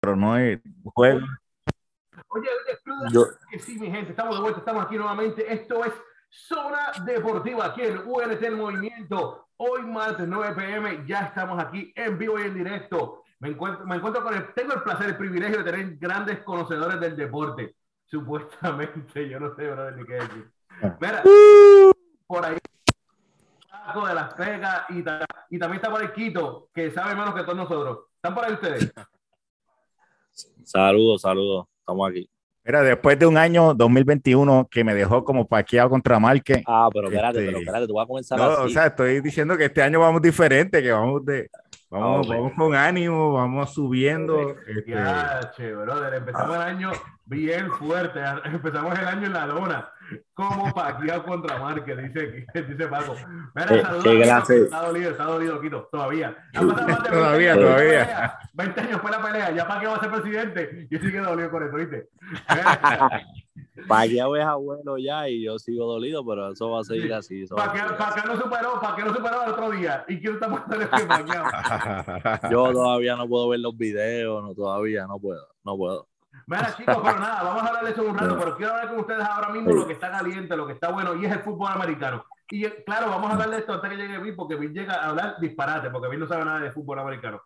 pero no eh, es juego. Oye, oye, Cruda, Yo- que sí, mi gente, estamos de vuelta, estamos aquí nuevamente. Esto es Zona Deportiva, aquí en UNT en Movimiento. Hoy martes 9 pm, ya estamos aquí en vivo y en directo. Me encuentro, me encuentro con el, tengo el placer, el privilegio de tener grandes conocedores del deporte. Supuestamente, yo no sé, brother, ni qué decir. Mira, por ahí, Paco de las Vegas y, ta- y también está por el Quito, que sabe menos que todos nosotros. ¿Están por ahí ustedes? Saludos, saludos. Estamos aquí. Mira, después de un año 2021 que me dejó como paqueado contra Marque. Ah, pero espérate, Este- pero espérate, tú vas a comenzar No, así. o sea, estoy diciendo que este año vamos diferente, que vamos de, vamos, Ah, bueno. vamos con ánimo, vamos subiendo. este, Ya, che, brother, empezamos el año bien fuerte, empezamos el año en la lona, como Paquiao contra Márquez, dice, dice Paco. Mira, Qué- saludos, Eh, qué Quito, gracias. Está dolido, está dolido, Quito, todavía. Han pasado más de Todavía, 20 años todavía. de la pelea, 20 años fue la pelea, ya Paquiao va a ser presidente, yo sí que dolido con esto, ¿viste? Mira, Paquiao es abuelo ya y yo sigo dolido, pero eso va a seguir así. eso va a Paquiao seguir así. Paquiao no superó, Paquiao no superó al otro día, y quiero estar pasando este Paquiao. Yo todavía no puedo ver los videos, no, todavía no puedo, no puedo. Mira, chicos, pero nada, vamos a hablar de eso en un rato, pero quiero hablar con ustedes ahora mismo lo que está caliente, lo que está bueno, y es el fútbol americano. Y eh, claro, vamos a hablar de esto antes que llegue Bill, porque Bill llega a hablar disparate, porque Bill no sabe nada de fútbol americano.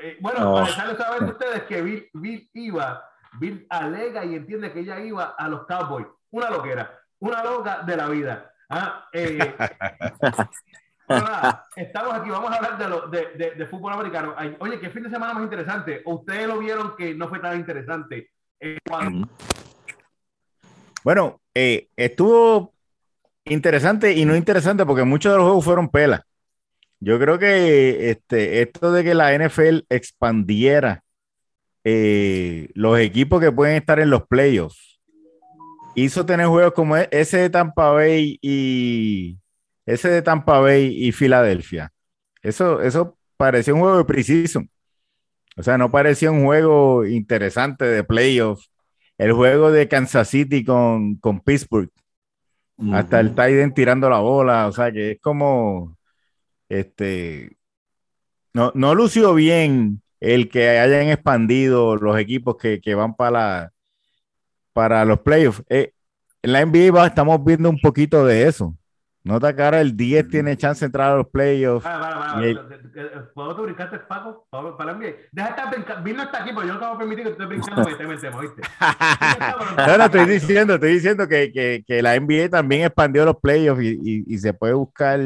Eh, bueno, No. para dejarles saber de ustedes que Bill, Bill iba, Bill alega y entiende que ella iba a los Cowboys. Una loquera, una loca de la vida. Ah, eh, pero nada, estamos aquí, vamos a hablar de, lo- de, de- de fútbol americano. Ay, Oye, ¿qué fin de semana más interesante? ¿O ustedes lo vieron que no fue tan interesante? Eh, cuando- Mm. Bueno, eh, estuvo interesante y no interesante porque muchos de los juegos fueron pelas. Yo creo que este, esto de que la NFL expandiera eh, los equipos que pueden estar en los playoffs hizo tener juegos como e- ese de Tampa Bay y ese de Tampa Bay y Filadelfia. Eso, eso parecía un juego de preciso. O sea, no parecía un juego interesante de playoffs el juego de Kansas City con, con Pittsburgh, hasta el Tiden tirando la bola, o sea que es como, este, no, no lució bien el que hayan expandido los equipos que, que van para, la- para los playoffs. Eh, en la NBA va- estamos viendo un poquito de eso. Nota que ahora el 10 tiene chance de entrar a los playoffs. Ah, vale, vale, Y vale. Eh, eh, ¿Puedo tú brincarte, Paco? Para, para mí. Deja de estar brincando. Bill no está aquí, pero yo no te voy a permitir que tú estés brincando porque te metemos, ¿viste? No, no, estoy diciendo, estoy diciendo que, que- que la NBA también expandió los playoffs y, y- y se puede buscar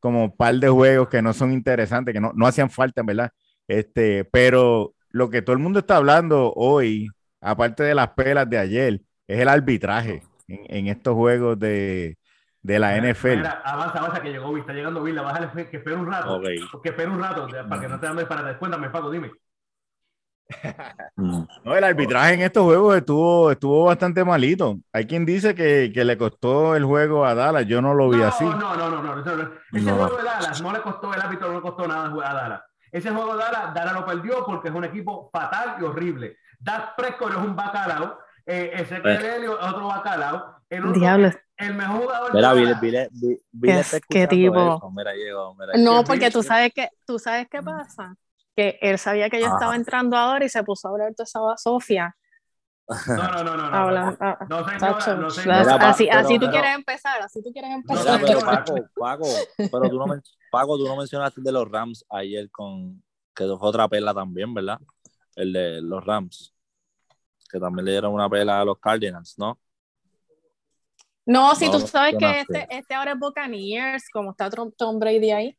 como un par de juegos que no son interesantes, que no, no hacían falta, en verdad. Este, pero lo que todo el mundo está hablando hoy, aparte de las pelas de ayer, es el arbitraje en, en estos juegos de, de la NFL. Mira, avanza, avanza, que llegó Bill. Está llegando Bill. Bájale, fe- que espera un rato. Ok. Que espera un rato para que no te andes para Cuéntame, Paco, dime. Mm. No, el arbitraje en estos juegos estuvo, estuvo bastante malito. Hay quien dice que, que le costó el juego a Dallas, yo no lo vi no, así. No, no, no, no, no, no. Ese No. juego de Dallas no le costó el árbitro, no le costó nada a Dallas. Ese juego de Dallas, Dallas lo perdió porque es un equipo fatal y horrible. Dak Prescott es un bacalao. Eh, ese que Eh. es otro bacalao. El, otro- Diablos. el mejor jugador de Mira, Dallas- Vile, Vile, Vi- Vile está Es que escuchando tipo- eso. Mira, llegó, mira. No, llegó. porque tú sabes que tú sabes qué pasa, que él sabía que yo Ajá. estaba entrando ahora y se puso a hablar toda esa basofia. No, no, no, no. no, Habla- ah, No, señora, tacho, no, las- señora. Mira, pa- Así, pero- así tú pero- quieres empezar, así tú quieres Mira, empezar. pero señor. Paco, Paco, pero tú no, men- Paco, tú no mencionaste el de los Rams ayer con que fue otra pela también, ¿verdad? El de los Rams, que también le dieron una pela a los Cardinals, ¿no? No, si No, tú no sabes que mencionaste. este, este ahora es Buccaneers, como está Tom, Tom Brady ahí.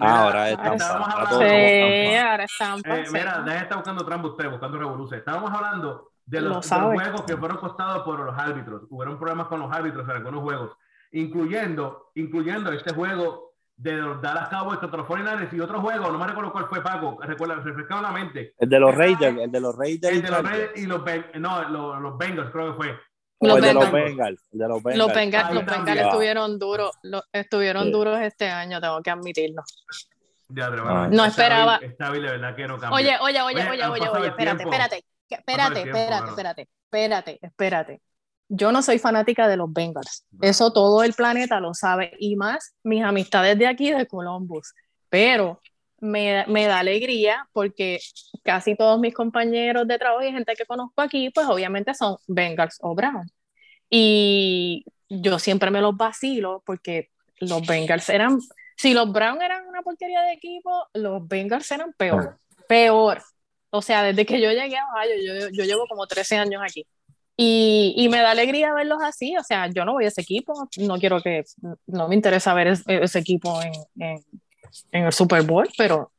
Mira, Ah, ahora es ahora Tampa. estábamos Ahora hablando- todos somos Sí, Tampa. ahora están. Eh, mira, deja de estar buscando trampa usted, buscando revolución. Estábamos hablando de Lo los, de los sabe. juegos que fueron costados por los árbitros. Hubieron problemas con los árbitros en algunos juegos, incluyendo, incluyendo este juego de los Dallas Cowboys contra los 49ers y otro juego, no me recuerdo cuál fue, Paco, recuerda, refrescaba la mente. El de los Raiders, el de los Raiders. El de los Chargers. Reds y los, Ben- no, los, los Bengals, creo que fue. O el de Los los Bengals. El de los Bengals. Los Bengals, Ahí los también. Bengals estuvieron duros, lo- estuvieron Sí. duros este año, tengo que admitirlo. Ya, pero Ah. bueno, No está esperaba. bien, Está bien, de verdad que no cambió. Oye, Oye, oye, oye, oye, han oye, pasado oye, el espérate, tiempo. espérate, pasado que- el espérate, tiempo, espérate, claro. espérate, espérate, espérate. Yo no soy fanática de los Bengals. Eso todo el planeta lo sabe y más mis amistades de aquí de Columbus. Pero me, me da alegría porque casi todos mis compañeros de trabajo y gente que conozco aquí, pues obviamente son Bengals o Browns. Y yo siempre me los vacilo porque los Bengals eran, si los Browns eran una porquería de equipo, los Bengals eran peor, Ah. peor. O sea, desde que yo llegué a Ohio, yo, yo llevo como 13 años aquí. Y, y me da alegría verlos así, o sea, yo no voy a ese equipo, no quiero que, no me interesa ver es- e-, ese equipo en, en- en el Super Bowl, pero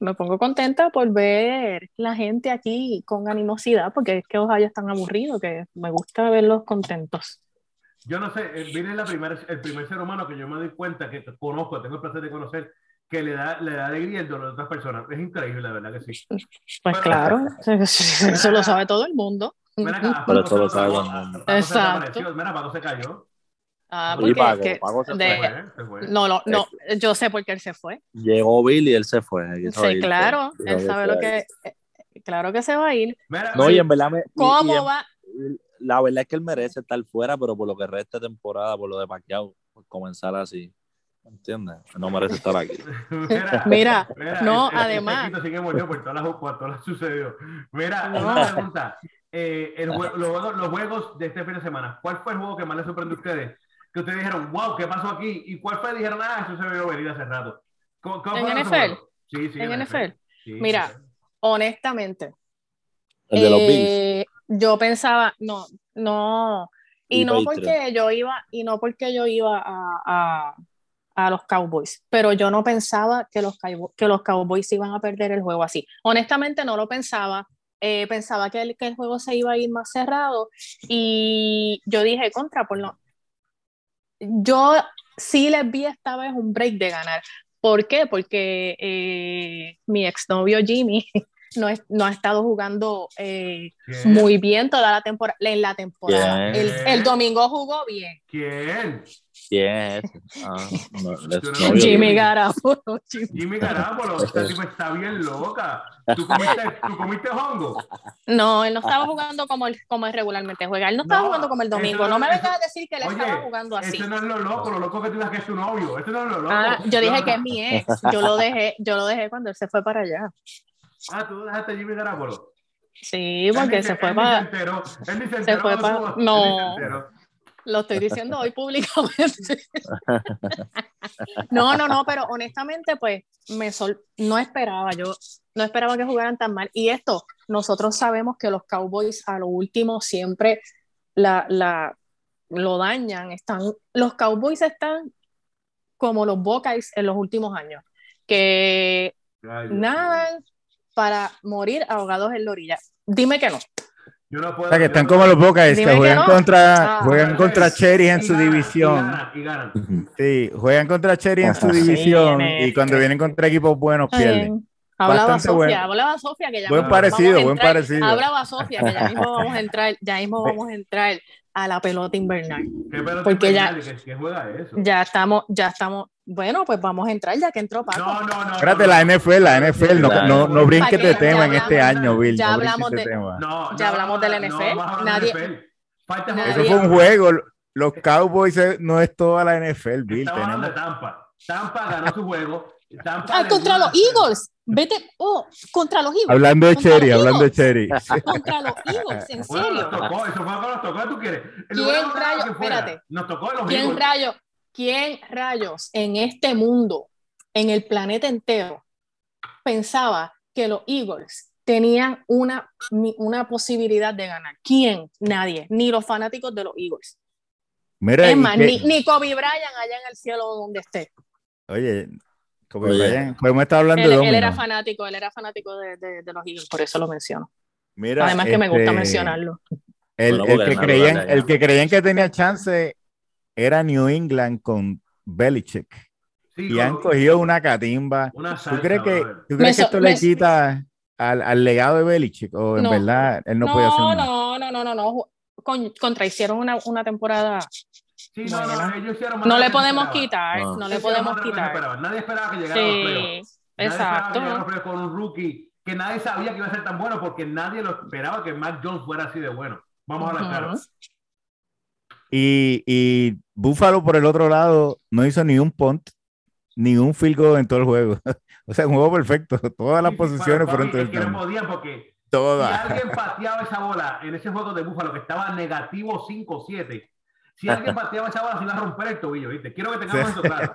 me pongo contenta por ver la gente aquí con animosidad, porque es que Ohio es tan aburrido que me gusta verlos contentos. Yo no sé, eh, Billy es la primer, el primer ser humano que yo me doy cuenta, que conozco, tengo el placer de conocer, que le da, le da alegría el dolor de otras personas. Es increíble, la verdad que sí. Pues claro, eso lo sabe todo el mundo. Ven acá, Pero Paco eso lo se sabe tragó, todo el mundo. Paco se Exacto. desapareció. Mira, Paco se cayó. Ah, Y porque Paco, es que Paco se de- Se fue, se fue. no, no, no, yo sé por qué él se fue. Llegó Bill y él se fue. él quiso Sí, irse. claro, Dijo él sabe lo se iba a que, eh, ir. claro que se va a ir. Mira, No, y en verdad me- y- y en- ¿Cómo va? la verdad es que él merece estar fuera, pero por lo que resta de temporada, por lo de Pacquiao, por comenzar así. ¿Entiendes? No merece estar aquí. mira, Mira, mira, no, este- este además. equipo sí que volvió por todas las, por todas las sucedió. Mira, No. una pregunta. Eh, el jue- los, juegos, los juegos de este fin de semana, ¿cuál fue el juego que más les sorprendió a ustedes? Que ustedes dijeron, wow, ¿qué pasó aquí? ¿Y cuál fue? Dijeron, ah, eso se vio venir hace rato. ¿Cu- cuál ¿En fueron esos NFL? juegos? Sí, sí, en NFL, Sí, Mira. sí. honestamente, El de los Bills. Eh, Yo pensaba, no, no. Y, Y no Patriots. porque yo iba, y no porque yo iba a, a- a los Cowboys, pero yo no pensaba que los, Cowbo- que los Cowboys iban a perder el juego así. Honestamente no lo pensaba. Eh, pensaba que el, que el juego se iba a ir más cerrado y yo dije, contra, por no. Yo sí les vi esta vez un break de ganar. ¿Por qué? Porque eh, mi exnovio Jimmy no, es- no ha estado jugando eh, ¿Quién? muy bien toda la temporada. En la temporada. Bien. El, el domingo jugó bien. ¿Quién? ¿Quién es ese? Ah, no, les- Tú no- no, yo- Jimmy Garapolo. Jimmy- Jimmy Garapolo. Esta tipa está bien loca. ¿Tú comiste, ¿tú comiste hongo? No, él no estaba jugando como, el- como él regularmente juega. Él no estaba No, jugando como el eso domingo. no- No me eso- vengas a decir que él Oye, estaba jugando así. Eso no es lo loco, lo loco que tú dices que es tu novio. Eso no es lo loco. Ah, yo dije No, que es no. mi ex. Yo lo dejé, yo lo dejé cuando él se fue para allá. Ah, tú dejaste a Jimmy Garapolo. Sí, porque Él ni se fue él ni para. se enteró, él ni se se enteró fue de pa- su- él ni se no. enteró. Lo estoy diciendo hoy públicamente. No, no, no, pero honestamente, pues me sol- no esperaba, yo no esperaba que jugaran tan mal. Y esto, nosotros sabemos que los Cowboys a lo último siempre la, la, lo dañan. Están, los Cowboys están como los Buckeyes en los últimos años, que Ay, Dios mío. nadan para morir ahogados en la orilla. Dime que no. Yo no puedo. O sea, que yo están no como puedo. los Buckeyes, Dime que que juegan no. contra, Ah. juegan contra Cherry en Y su ganan, división. Y ganan, y ganan. Sí, juegan contra Cherry en su Ajá. división Sí, en y cuando este. vienen contra equipos buenos pierden. Bien. Hablaba Bastante Sofía, bueno. hablaba Sofía que ya Buen mismo parecido, vamos a buen entrar. parecido. Hablaba Sofía que ya mismo vamos a entrar, ya mismo vamos a entrar a la pelota invernal. Qué pelota Porque ya- invernal, ¿Qué, qué juega eso? Ya estamos, ya estamos. Bueno, pues vamos a entrar ya que entró Paco. No, no, no. Espérate, no, la NFL, la NFL, no, Claro. no, no brinques de Ya tema en hablamos- este año, Bill. ya no hablamos brinques de de- tema. No, Ya no, hablamos del no, NFL, vamos a hablar nadie- del NFL. Falta Nadie- jugar. Eso fue un juego. Los Cowboys eh, no es toda la NFL, Bill. Estamos hablando Tenemos de Tampa. Tampa ganó su juego. Tampa Ah, le contra dio los la- Eagles. Vete, oh, contra los Eagles. Hablando de Contra Cherry, los hablando de Eagles. Cherry. Contra los Eagles, en Bueno, nos serio. tocó, eso fue lo que nos tocó, ¿tú quieres? El ¿Quién lugar donde rayos- que fuera, espérate. Nos tocó los ¿Quién Eagles. rayos, quién rayos en este mundo, en el planeta entero, pensaba que los Eagles tenían una, ni- una posibilidad de ganar? ¿Quién? Nadie, ni los fanáticos de los Eagles. Mira, es y más, que- ni, ni Kobe Bryant allá en el cielo donde esté. Oye, como Oye. Brian, podemos estar hablando Él, de él era dominos. fanático, él era fanático de, de- de los Eagles, por eso lo menciono. Mira, Además que me gusta este, mencionarlo. El, Bueno, el porque que no creían, hablan de el allá. que creían que tenía chance era New England con Belichick. Sí, Y han con- cogido una catimba. Una ¿Tú salsa, crees que, brother. ¿tú crees Me que so- esto le me- quita al, al legado de Belichick? ¿O en No. verdad él no, No, puede hacer no, nada? no, no, no, no, Con- contra hicieron una, una temporada. Sí, no, no, Bueno. ellos hicieron más No de lo le que podemos esperaba. quitar, No. no Ellos le hicieron más podemos de lo que quitar. esperaban. Nadie esperaba que llegara a los playoffs. Sí, Nadie esperaba que exacto. llegara a los playoffs con un rookie que nadie sabía que iba a ser tan bueno porque nadie lo esperaba que Mac Jones fuera así de bueno. Vamos a hablar claro. Ujú. Y, y Buffalo, por el otro lado, no hizo ni un punt. ni un field goal en todo el juego. o sea, un juego perfecto. Todas las posiciones fueron Es que no touchdowns. podían porque Todas. Si alguien pateaba esa bola en ese juego de Búfalo que estaba negativo 5-7, si alguien pateaba esa bola se iba a romper el tobillo, ¿viste? Quiero que tengamos eso claro.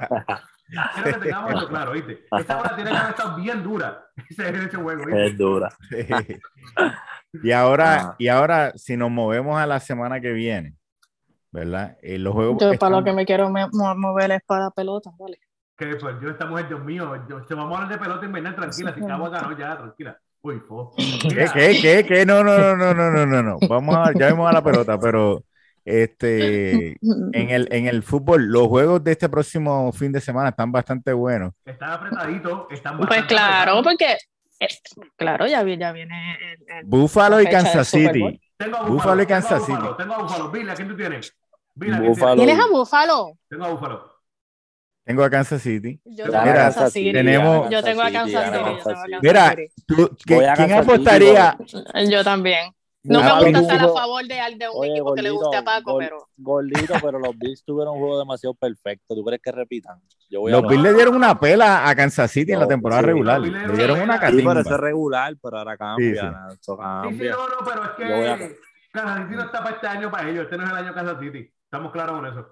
Quiero que tengamos eso claro, ¿viste? Esa bola tiene que haber estado bien dura ese, en ese juego, ¿viste? Es dura. Sí. Este, y, ahora, Ajá. y ahora, si nos movemos a la semana que viene, ¿verdad? Eh, los juegos Yo para lo están- que me quiero me- mo- mover la espada pelota, ¿vale? Que pues, yo esta mujer, Dios mío, yo- se vamos a hablar de pelota invernal, tranquila, si Cabo ganó ya, tranquila. Uy, fo. ¿Qué, Mira, qué, qué, qué? No, no, no, no, no, no, no, no. Vamos a, ya vimos a la pelota, pero este, en el, en el fútbol, los juegos de este próximo fin de semana están bastante buenos. Están apretaditos, están Pues bastante claro, apretados. porque eh, claro, ya, vi- ya viene el- el- Búfalo y Fecha del Kansas Super Bowl. City. Tengo a Búfalo Búfalo, y Kansas tengo a Búfalo, Tengo a Búfalo, Vila, ¿quién tú tienes? Vila, ¿quién Búfalo. tienes? ¿Tienes a Búfalo? Tengo a Búfalo. Tengo a Kansas City. Yo Mira, tengo a Kansas City, City. tenemos- Yo tengo a Kansas City. gana yo tengo a Kansas Mira, City. ¿Tú- qué- Voy a ¿Quién Kansas City, apostaría? Yo también. No Ah, me gusta Paco. estar a favor de, de un Oye, equipo que le guste a Gordito, Paco, Gor- pero Gordito, pero los Bills tuvieron un juego demasiado perfecto. ¿Tú crees que repitan? Yo voy Los a Bills le dieron una pela a Kansas City en la No, temporada sí. regular. Los Bills Le dieron una le dieron una pela. Sí, pero eso es catimba. regular, pero ahora Sí, sí. cambia. nada, Sí, Eso sí, cambia. no, no, pero es Yo Ah, voy a- que Kansas City no está para este año para ellos. Este no es el año Kansas City. Estamos claros con eso.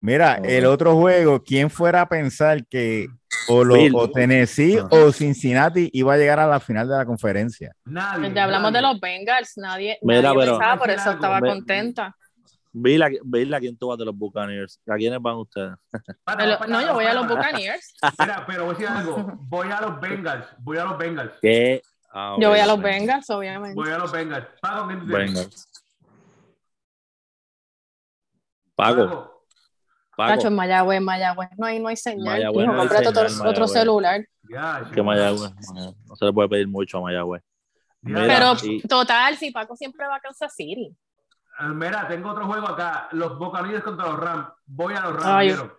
Mira, No. el otro juego, ¿quién fuera a pensar que o, lo- Bills. o Tennessee Ajá. o Cincinnati iba a llegar a la final de la conferencia? Nadie. Pues ya hablamos de nadie. los Bengals. Nadie, Mira, nadie pero- pensaba, por eso estaba Ve- contenta. Vila, Vila, ¿quién tú vas de los Buccaneers? ¿A quiénes van ustedes? Para, Pero- para, No, yo voy a los para, para. Buccaneers. Mira, pero voy a decir algo. Voy a los Bengals. Voy a los Bengals. ¿Qué? Ah, Yo voy a los Bengals, obviamente. Voy a los Bengals. Pago, ¿quién tú tienes? Bengals. Pago, Pago. Tacho, Pago. en Mayagüez, en Mayagüez. No, ahí no hay señal. Mayagüez hijo, no hay cómprate señal, otro, otro Mayagüez. celular. Ya, Que ya. Mayagüez. No se le puede pedir mucho a Mayagüez. Ya. Pero y- total, si Paco siempre va a Kansas City. Ah, Mira, tengo otro juego acá. Los Bocanillos contra los Rams. Voy a los Rams. Ay. Ah, ¿vieron?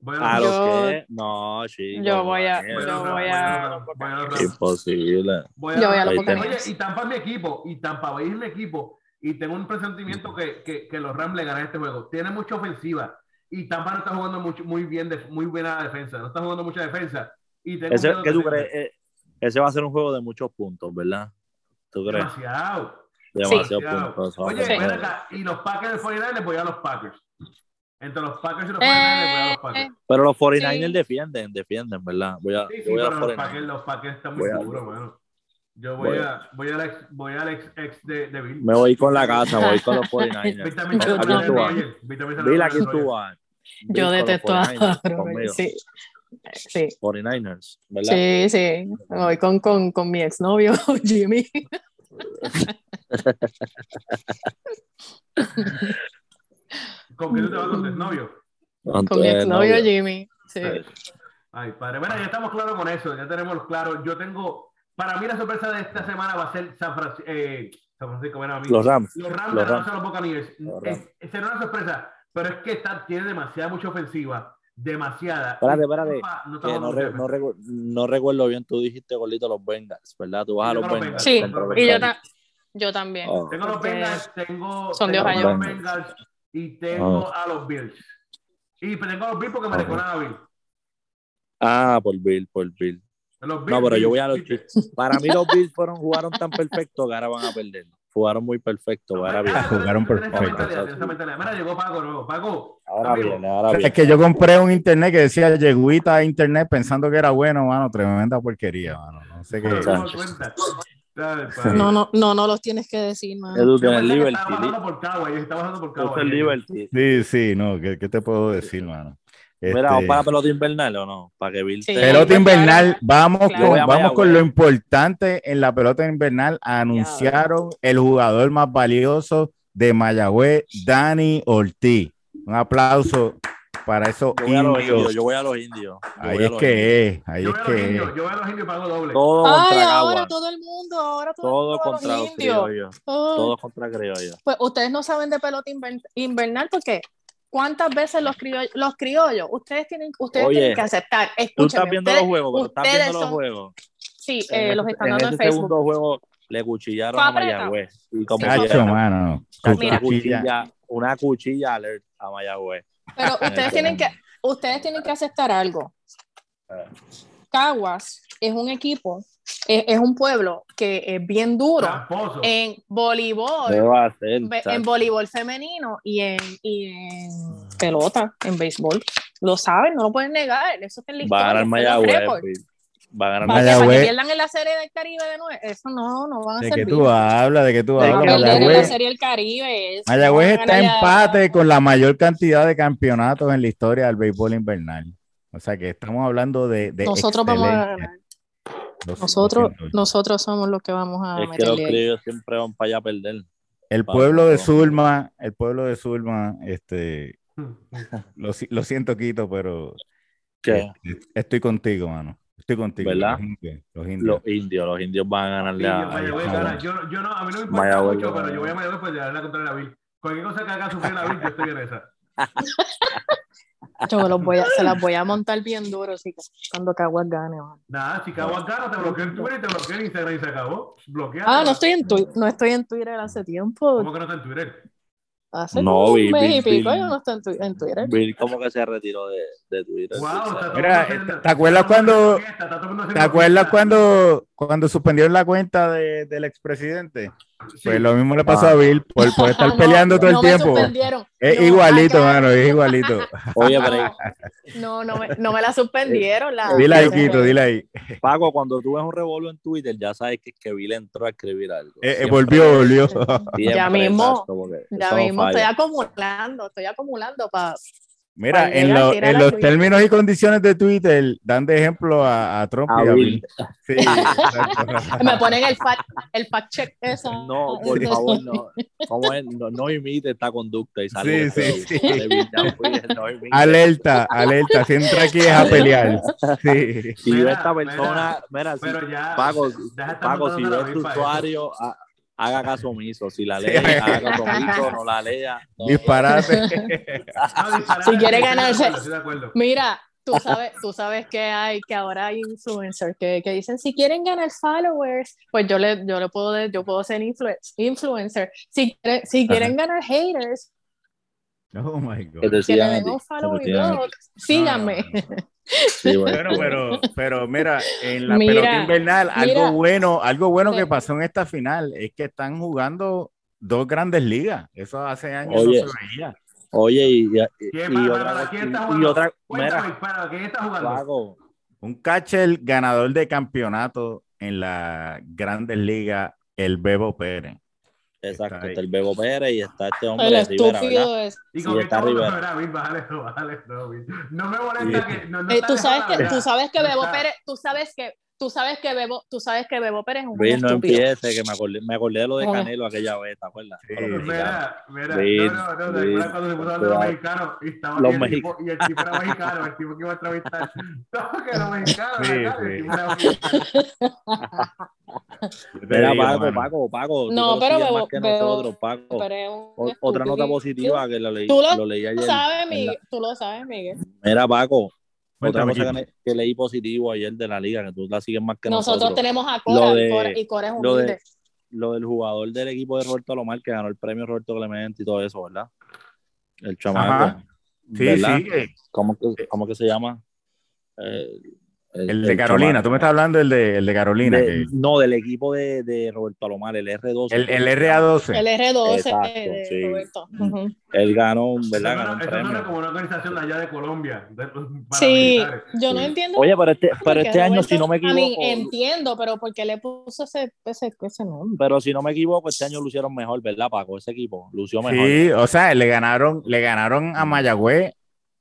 Voy a los ¿A Rams. los Yo- que? No, chicos. Yo voy Voy a a- Daniel. los yo Rams, voy a los voy a los Rams. Imposible. Voy Yo voy a los Ahí Oye, Buccaneers. y Tampa es mi equipo, y Tampa Bay es mi equipo, y tengo un presentimiento que, que, que los Rams le ganan este juego. Tiene mucha ofensiva, y Tampa no está jugando mucho, muy bien, de- muy buena defensa, no está jugando mucha defensa. Y tengo Ese, miedo ¿qué de- tú crees? Eh, Ese va a ser un juego de muchos puntos, ¿verdad? ¿Tú crees? Ah, Demasiado. Demasiado demasiado. puntos. Oye, vamos a ven ver. acá, y los Packers de 49 voy a los Packers. Entre los Packers y los Eh, 49 voy a los Packers. Pero los 49ers Sí. defienden, defienden, ¿verdad? Voy a, Sí, sí, yo voy a pero los los Packers, 49ers. los Packers están muy Voy a- seguros, mano. Yo voy, Voy a- a, voy al ex, voy al ex, ex de, de Bill. Me voy con la casa, voy con los 49ers. Vitamina Yo Saturday también. Roger, vitamina Saturday Vila, ¿quién Roger. tú vas? Yo Bill con los detesto a 49ers, conmigo. Sí, sí, 49ers, ¿verdad? sí, sí. Me voy con, con, con mi exnovio, Jimmy. ¿Con qué tú te vas con tu exnovio? Con mi Eh, exnovio, novio. Jimmy. Sí. Eh, Ay, padre. Bueno, ya estamos claros con eso, ya tenemos claro. Yo tengo, para mí la sorpresa de esta semana va a ser San, Fran- eh, San Francisco, bueno, a mí. Los Rams. Los Rams los ganaron a los Buccaneers. Los Rams. Es- Esa no es una sorpresa, pero es que está, tiene demasiada mucha ofensiva, demasiada. Espérate, espérate, Papá, no está Que no, jugando re- bien. no recu- no recuerdo bien, tú dijiste, Golito, los Bengals, ¿verdad? Tú vas a Yo los con los Bengals. Sí, contra los Y yo, Bengals. ta- yo también. pues, Oh, Tengo los Porque Bengals, tengo, son de tengo Ohio. los Bengals y tengo Ah. a los Bills. Y tengo a los Bills porque me Ajá. recuerdan a Bill. Ah, por Bill, por Bill. Los Bills, No, pero Bills, yo voy a los Bills. Chiefs. Para mí los Bills fueron, jugaron tan perfecto que ahora van a perder. Jugaron muy perfecto, ahora bien. Jugaron Tiene esa perfecto. mentalidad, tiene esa mentalidad. Mira, llegó Paco nuevo. Paco. Ahora amigo, bien, ahora O sea, bien. Es que yo compré un internet que decía yeguita internet pensando que era bueno, mano. Tremenda porquería, mano. No sé qué. no Sí. nos cuenta. Dale, padre. No, no, no, no los tienes que decir, mano. Edu, que Yo en el pensé que Liberty. Estaba pasando por Cowboy, estaba pasando por Tú Cowboy. el Liberty. Sí, sí, no. ¿Qué, qué te puedo decir, mano? Este, Mira, vamos para pelota invernal o no? Para que Bill Sí. te- pelota invernal, Claro. vamos, Claro. con, Voy a vamos Mayagüez. con lo importante en la pelota invernal. Anunciaron el jugador más valioso de Mayagüez, Dani Ortiz. Un aplauso para esos Yo voy a los indios. indios. Yo voy a los indios. Yo Ahí voy a es los indios. que es, ahí Yo es veo a los que es. indios, yo veo a los indios y pago doble. Todo Ay, contra ahora Agua. todo el mundo, ahora todo, Todo el mundo, contra los los indios. criollos. Ay, Todo contra criollos. Pues ustedes no saben de pelota invern- invernal porque cuántas veces los criollos, los criollos, ustedes tienen, ustedes Oye, tienen que aceptar. Tú Escúchame, estás viendo ustedes- los juegos, pero estás ustedes viendo los son- juegos. Sí, En eh, ese- los están dando en ese Facebook. segundo juego le cuchillaron Fue a apretado. Mayagüez. Y como Cacho, Chacho, quiera, mano. una Mira. cuchilla. cuchilla, una cuchilla alert a Mayagüez. Pero ustedes tienen que, ustedes tienen que aceptar algo. Caguas es un equipo, es, es un pueblo que es bien duro Tramposo. en voleibol, ¿Qué va a hacer? ve- en chacho? voleibol femenino y en, y en pelota, en béisbol. Lo saben, no lo pueden negar. Eso está en la Va a ganar historia, está en los Mayagüez. récords. pues. Va a ganar Para que, para que Mayagüez. pierdan en la serie del Caribe de nuevo, eso no, no van a ¿De servir. qué tú hablas? ¿De qué tú De hablas? que Perder en la Mayagüez, serie del Caribe. eso Mayagüez no van está a en ganar. empate con la mayor cantidad de campeonatos en la historia del béisbol invernal. O sea que estamos hablando de. de Nosotros vamos a excelencia. ganar. Lo- lo Nosotros, siento. nosotros somos los que vamos a Es que los meterle. ahí. criollos siempre van para allá a perder. el pueblo de Zulma, el pueblo de Zulma, este, lo, si- lo siento, Quito, pero Que este, estoy contigo, mano. Estoy contigo. ¿Verdad? Los indios. los indios. los indios, los indios van Sí, a ganarle yo, a- Mayagüez ah, a. gana. Yo- yo no, a mí no me importa Mayagüez mucho, gana. pero yo voy a Mayagüez para llevarla contra la Bill. Cualquier cosa que haga sufrir la Bill, yo estoy en esa. Yo los voy a, se las voy a montar bien duro, así que cuando Caguas gane. mano. Nada, si Caguas gana, te bloqueo en Twitter y te bloqueo en Instagram y se acabó. Bloquea. Ah, no estoy en Twitter, no estoy en Twitter hace tiempo. ¿Cómo que no está en Twitter? Hace No, como un vi- mes vi- y pico vi- yo no estoy en, tu- en Twitter. Bill como que se retiró de, de Twitter. Wow, tú está todo sabes. el Mira, este, mundo haciendo- ¿te- te acuerdas todo el mundo haciendo cuando- fiesta, está todo el mundo ¿Te haciendo acuerdas fiesta? cuando, cuando suspendieron la cuenta de- del expresidente? Sí. Pues lo mismo le pasó a Bill por, por estar Ah, No, peleando todo no el me tiempo. suspendieron. Es No, igualito, acá- mano, es igualito. Oye, No, pero no, no me, no me la suspendieron. La, Dile ahí, la- Quito, dile ahí. Paco, cuando tú ves un revolver en Twitter, ya sabes que, que Bill entró a escribir algo. Eh, eh, Siempre, volvió, volvió. siempre, Ya mismo, exacto, porque Ya eso no mismo estoy falla. acumulando, estoy acumulando para. Mira, Para en, llegar, lo- tira en la los tuya. términos y condiciones de Twitter dan de ejemplo a, a Trump y A a Bill. Bill. Sí, exacto. Me ponen el fact, el fact check eso. No, por favor, no. ¿Cómo es? No, no imite esta conducta y sale. Sí, de sí, feo. sí. Dale, Bill, ya fui, no imite. alerta, alerta, si entra aquí es a pelear. Sí. Si yo Mira, a esta persona, mira, si Pero ya. Pago, deja de estar Paco, si mandando la ¿eh? ves tu bifa, eso. usuario, ha- haga caso omiso. Si la Sí. lee, haga caso omiso, no la lea. no. Disparate. No, disparate, Si quiere estoy de ganarse- acuerdo, estoy de acuerdo. Mira, tú sabes, tú sabes que hay, que ahora hay influencers que, que dicen si quieren ganar followers, pues yo le, yo le puedo, de- yo puedo ser influen- influencer. Si, quiere- si quieren ganar haters, Oh my Que God. te que le sigan a den ti, un follow que te y sigan a ti. todo, síganme. Sí, bueno. Bueno, pero, pero mira, en la Mira, pelota invernal, algo mira. bueno, algo bueno que Ve. pasó en esta final es que están jugando dos grandes ligas. Eso hace años Oye. no se veía. Oye, y, y- y- ¿Qué, para, y para, otra, para, quién está y- y jugando? otra- Cuéntame, mira, para, ¿quién está jugando? Paco, Un catcher ganador de campeonato en la grandes ligas, el Bebo Pérez. exacto, ahí. está el Bebo Pérez y está este hombre El Rivera, ¿verdad? estúpido es. Y Sí, con está esto no Rivera. se verá, Bill, bájale eso, bájale eso, Bill. No me molesta Sí. que. No, no Eh, está tú dejada sabes la que, tú verdad. sabes que Ya Bebo está. Pérez, tú sabes que, tú sabes que Bebo, tú sabes que Bebo Pérez es un Luis, no Pues estúpido. empiece, que me acordé, me acordé de lo de Ah. Canelo aquella vez, ¿te acuerdas? Sí. Con los mexicanos. Mira, mira, no, Bill, no, no, ¿te Bill, acuerdas cuando se puso hablando de los cuidado. mexicanos? Y estaba Los aquí el tipo, y el tipo era mexicano, el tipo que iba a entrevistar. No, que los mexicanos, Sí, ¿verdad? El sí. tipo era mexicano. Yo te Mira, digo, Paco, mano. Paco, Paco, tú No, que lo pero sigues Bebo- más que Bebo nosotros, Paco. Pero es un O- Otra nota estúpido. positiva que lo leí, Tú lo- lo leí ayer. Tú sabes, en la- Miguel, tú lo sabes, Miguel. Mira, Paco, Cuéntame, otra cosa Kiko. que, ne- que leí positivo ayer de la liga, que tú la sigues más que Nosotros, nosotros. tenemos a Cora, Lo de- y Cora y Cora es lo de- humilde. Lo del jugador del equipo de Roberto Alomar, que ganó el premio Roberto Clemente y todo eso, ¿verdad? El chamaco. Ajá. Sí, ¿verdad? sí, eh, que- ¿Cómo, que, cómo que se llama? Eh, el de Carolina, tú me estás hablando del de, el de Carolina. hablando que- No, del equipo de, de Roberto Alomar, el R2. el, el RA12. El R12 Exacto, de sí. Roberto. Mm. Ujú. Él ganó, ¿verdad? Ganó Eso suena- un eso suena premio. como una organización de allá de Colombia. de- para Sí, militares. yo no Sí. entiendo. Oye, pero este, por pero qué este año, si Roberto- no me a mí, equivoco, entiendo, pero ¿por qué le puso ese, ese, ese nombre? pero si no me equivoco, este año lucieron mejor, ¿verdad, Paco? Ese equipo lució mejor. Sí, o sea, le ganaron, le ganaron a Mayagüez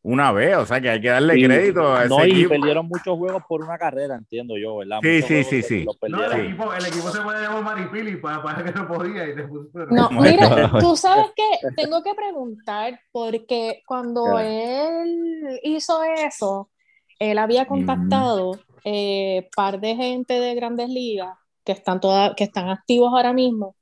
una vez, o sea que hay que darle Y- crédito a ese no, y equipo. perdieron muchos juegos por una carrera, entiendo yo, ¿verdad? Sí, Muchos sí, juegos sí, que sí. los Pues No, el, perdieron. equipo, el equipo se puede llamar Maripili para, para que no podía y te puso- No, Bueno. mira, tú sabes que tengo que preguntar porque cuando Ya. él hizo eso, él había contactado eh, par de gente de grandes ligas que están toda, que están activos ahora mismo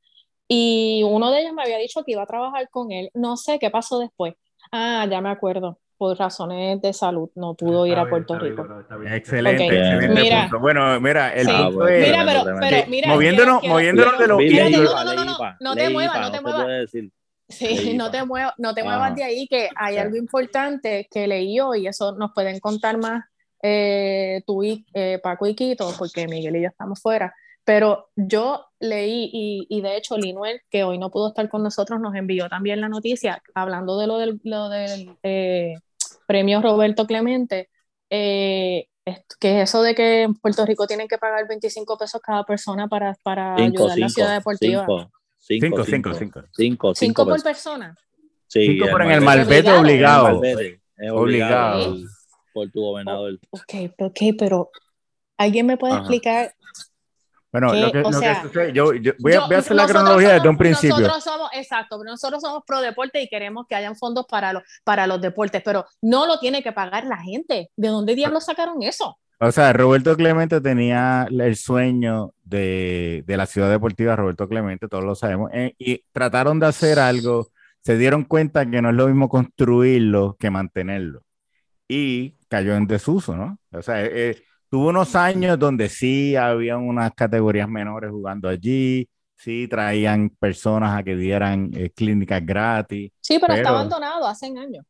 y uno de ellos me había dicho que iba a trabajar con él. No sé qué pasó después. Ah, ya me acuerdo. Por razones de salud no Ah, pudo ir Está a bien, Puerto está bien, Rico. bueno, está bien. Excelente, Ok. excelente Mira. punto. Bueno, mira, el Sí. punto bueno, es- Mira, pero, tremendo, pero tremendo. mira, moviéndonos, quiero- quiero- moviéndonos de lo Leí, que Espérate, leí, no, no, no, leí, no, pa, no te leí, muevas, pa, no te se muevas. puede decir. Sí, Sí, no pa. te muevas, no te Ah. muevas de ahí, que hay Ya. algo importante que leí hoy, eso nos pueden contar más eh, tú y, eh, Paco y Quito, porque Miguel y yo estamos fuera, pero yo leí y, y de hecho Linuel, que hoy no pudo estar con nosotros, nos envió también la noticia hablando de lo del, lo del eh, premio Roberto Clemente, eh, es- que es eso de que en Puerto Rico tienen que pagar 25 pesos cada persona para, para Cinco, ayudar a la ciudad cinco, deportiva. cinco, Cinco, cinco, cinco, cinco. Cinco, Cinco cinco por pesos. persona. Sí, Cinco, pero en el mal- malvete Obligado. obligado. Malvete, es obligado. Obligado. Por tu gobernador. Ok, ok, pero ¿alguien me puede Ajá. explicar? Bueno, Que, lo que, o lo que sea, sucede- yo, yo voy, a, Yo- voy a hacer la nosotros cronología desde somos- un principio. Nosotros somos, exacto, pero nosotros somos pro deporte y queremos que hayan fondos para los, para los deportes, pero no lo tiene que pagar la gente. ¿De dónde diablos sacaron eso? O sea, Roberto Clemente tenía el sueño de, de la ciudad deportiva, Roberto Clemente, todos lo sabemos, eh, y trataron de hacer algo, se dieron cuenta que no es lo mismo construirlo que mantenerlo, y cayó en desuso, ¿no? O sea, eh, eh, tuvo unos años donde sí había unas categorías menores jugando allí, sí traían personas a que dieran eh, clínicas gratis. Sí, pero, está Pero- abandonado hace años.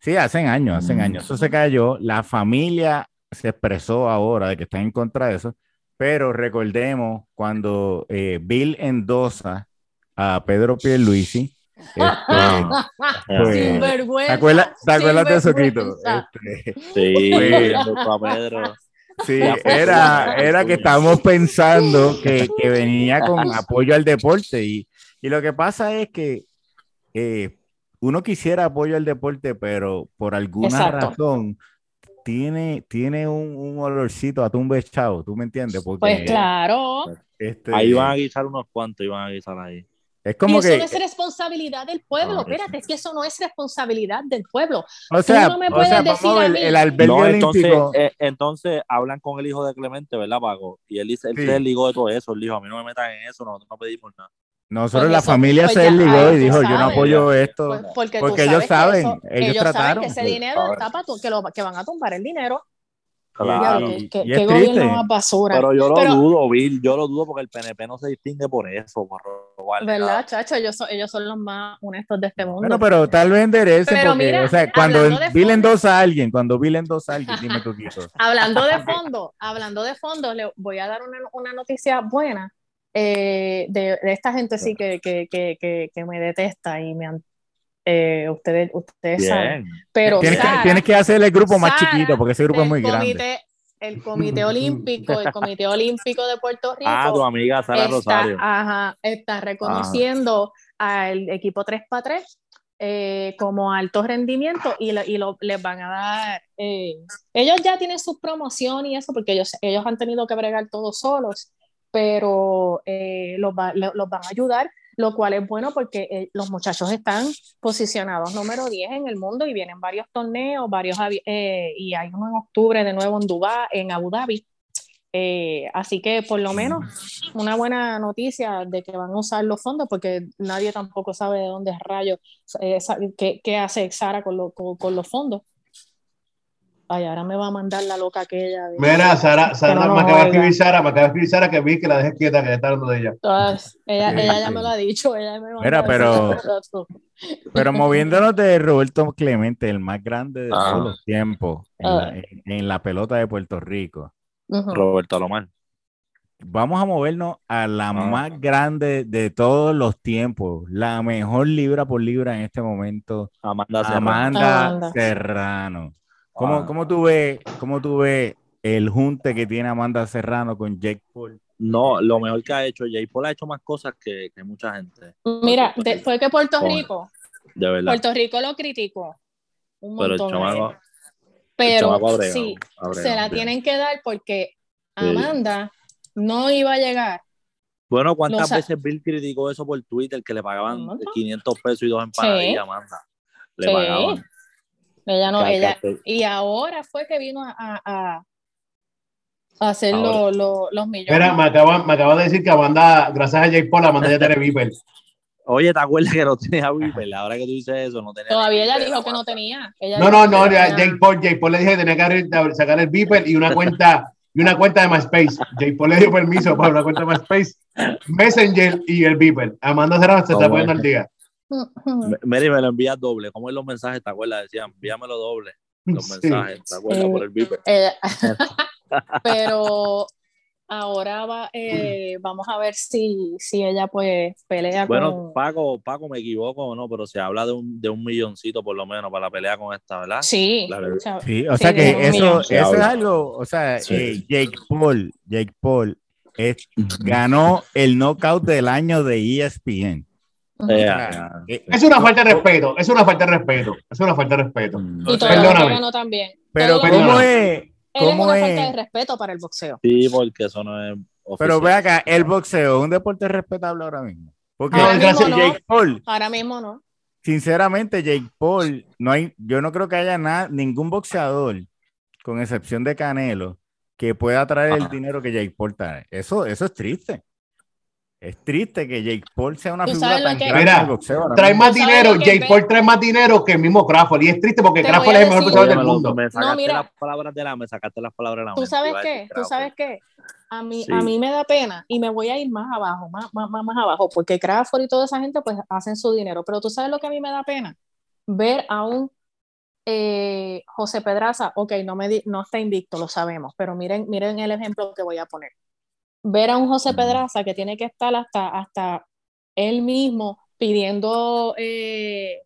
Sí, hacen años, hacen Mm. años. Eso se cayó. La familia se expresó ahora de que está en contra de eso. Pero recordemos cuando eh, Bill endosa a Pedro Pierluisi. este, Ah. pues, Sin ¿te vergüenza. acuerdas, te acuerdas de eso, Quito? Este, Sí, Pues- junto a Pedro. sí, La fortuna, era, la era que fortuna. estábamos pensando que, que venía con apoyo al deporte. Y, y lo que pasa es que eh, uno quisiera apoyo al deporte, pero por alguna Exacto. razón tiene, tiene un, un olorcito a tumbe chao, ¿tú me entiendes? Porque Pues claro, este, Ahí van a guisar unos cuantos, iban a guisar ahí. es y como eso que, Ah, no es responsabilidad del pueblo. Ahora sí. Espérate, es que eso no es responsabilidad del pueblo. o sea, no me o puedes sea, decir vamos a a ver, mí- el, albergue No, entonces, olímpico, eh, entonces hablan con el hijo de Clemente, ¿verdad, Paco? Y él dice, él Sí. se desligó de todo eso, él dijo, a mí no me metan en eso, nosotros no pedimos nada. nosotros pues la eso- familia pues se ya, desligó ahora y tú dijo, yo no sabes. apoyo esto. Pues, porque tú Porque sabes ellos que saben, eso- ellos saben trataron. Oh, que ese dinero Ahora está pa tu- que, lo, que van a tumbar el dinero. Claro. Diablo, que- que, Ah, y es que triste. gobierno más basura. Pero yo lo Pero- dudo, Bill, yo lo dudo porque el PNP no se distingue por eso, por robar. ¿Verdad, chacho? Ellos son, ellos son los más honestos de este mundo. Bueno, pero tal vez enderece, Pero porque, mira, o sea, cuando hablando de Bill fondo- endosa a alguien, cuando Bill endosa a alguien, dime tú, Quito. Hablando de fondo, hablando de fondo, le voy a dar una, una noticia buena eh, de, de esta gente sí que, que, que, que, que me detesta y me han- eh, ustedes, ustedes saben. Bien. Pero Tienes que, Sara, tienes que hacer el grupo más Sara, chiquito, porque ese grupo es del muy grande. comité, el Comité Olímpico, el Comité Olímpico de Puerto Rico. Ah, tu amiga Sara está, Rosario. ajá, está reconociendo al equipo 3 para 3 eh, como alto rendimiento y, lo- y lo- les van a dar. eh, ellos ya tienen sus promociones y eso, porque ellos, ellos han tenido que bregar todos solos, pero eh, los, va- lo- los van a ayudar, lo cual es bueno porque eh, los muchachos están posicionados número 10 en el mundo y vienen varios torneos, varios avi- eh, y hay uno en octubre de nuevo en Dubái, en Abu Dhabi. Eh, así que por lo menos una buena noticia de que van a usar los fondos porque nadie tampoco sabe de dónde rayos eh, sa- qué, qué hace Sara con, lo- con- con los fondos. Ay, ahora me va a mandar la loca aquella. de- Mira, Sara, Sara, no nos me acaba de oiga. escribir Sara, me acaba de escribir Sara que vi que la dejé quieta, que ya está hablando de ella. Todas- ella, Sí, ella ya sí. me lo ha dicho. Ella me mandó Mira, a decir- pero- Pero moviéndonos de Roberto Clemente, el más grande de Ah. todos los tiempos en la, Ah. en- en la pelota de Puerto Rico, Ujú. Roberto Alomar. vamos a movernos a la Ah. más grande de todos los tiempos, la mejor libra por libra en este momento, Amanda Serrano. Amanda, Amanda. Serrano. ¿Cómo, Ah. cómo tú ves, cómo tú ves el junte que tiene Amanda Serrano con Jake Paul? No, lo mejor que ha hecho J. Paul ha hecho más cosas que, que mucha gente, Mira, de- fue que Puerto Coño. Rico, de verdad. Puerto Rico lo criticó un Pero el montón. ¿eh? chamaco- El pero chamaco ha bregado, sí, ha bregado, se la bien. tienen que dar porque Sí. Amanda no iba a llegar. Bueno, ¿cuántas Lo sa- veces Bill criticó eso por Twitter que le pagaban Un montón. 500 pesos y dos empanadillas, Amanda? Le Sí. pagaban. Ella no, Ca- ella, ca- y ahora fue que vino a, a- a hacer lo- Ahora. lo- los millones. Mira, me acaban, me acaban de decir que Amanda, gracias a Jake Paul, Amanda ya tiene Viper. Oye, ¿te acuerdas que no tenías a Viper? Ahora que tú dices eso, no tenías. Todavía ella Viper, dijo que no Amanda. tenía. Ella No, dijo no, que no, tenía. ya, Jake Paul, Jake Paul le dije que tenía que abrir- sacar el Viper y una cuenta, y una cuenta de MySpace. Jake Paul le dio permiso para una cuenta de MySpace, Messenger y el Viper. Amanda Serrano se está No, poniendo bueno. al día. Ujú. M- Mary, me lo envías doble. ¿Cómo es los mensajes? ¿Te acuerdas? Decían, envíamelo doble. los Sí. mensajes, ¿te acuerdas? Eh, Por el beeper. Eh, pero ahora va, eh, vamos a ver si, si ella pues pelea Bueno, con... Paco, Paco, me equivoco o no, pero se habla de un, de un milloncito por lo menos para la pelea con esta, ¿verdad? Sí, La- o sea, Sí, o Sí, sea que de un eso, millón. eso es algo, o sea, Sí. eh, Jake Paul, Jake Paul es- ganó el knockout del año de E ESPN. Eh, O sea, ah, eh, Es una falta de respeto, es una falta de respeto, es una falta de Eh, respeto. y todo lo que Perdóname. ganó también. Pero Todo lo que ¿cómo ganó. es? Él es cómo una es? falta de respeto para el boxeo. sí, porque eso no es Pero oficial. ve acá, el boxeo es un deporte respetable ahora mismo. Porque Ahora mismo gracias, no. Jake Paul, Ahora mismo no. sinceramente, Jake Paul, no hay, yo no creo que haya nada, ningún boxeador, con excepción de Canelo, que pueda traer el Ajá. dinero que Jake Paul trae. Eso, eso es triste. Es triste que Jake Paul sea una ¿Tú figura sabes lo tan que- grande Mira, en el boxeo. ahora Trae mismo. más ¿Sabes dinero, lo que Jake ve? Paul trae más dinero que el mismo Crawford. Y es triste porque Te Crawford voy es a el mejor decir- boxeador Oye, me del lo- mundo. Me sacaste mira. las palabras de la, me sacaste las palabras de la ¿Tú mente, sabes iba a qué? decir ¿Tú Crawford. sabes qué? A mí, Sí. a mí me da pena y me voy a ir más abajo, más, más, más, más abajo, porque Crawford y toda esa gente pues hacen su dinero. Pero tú sabes lo que a mí me da pena, ver a un eh, José Pedraza, ok, no, me di- no está invicto, lo sabemos, pero miren, miren el ejemplo que voy a poner. Ver a un Mm. José Pedraza que tiene que estar hasta, hasta él mismo pidiendo, eh,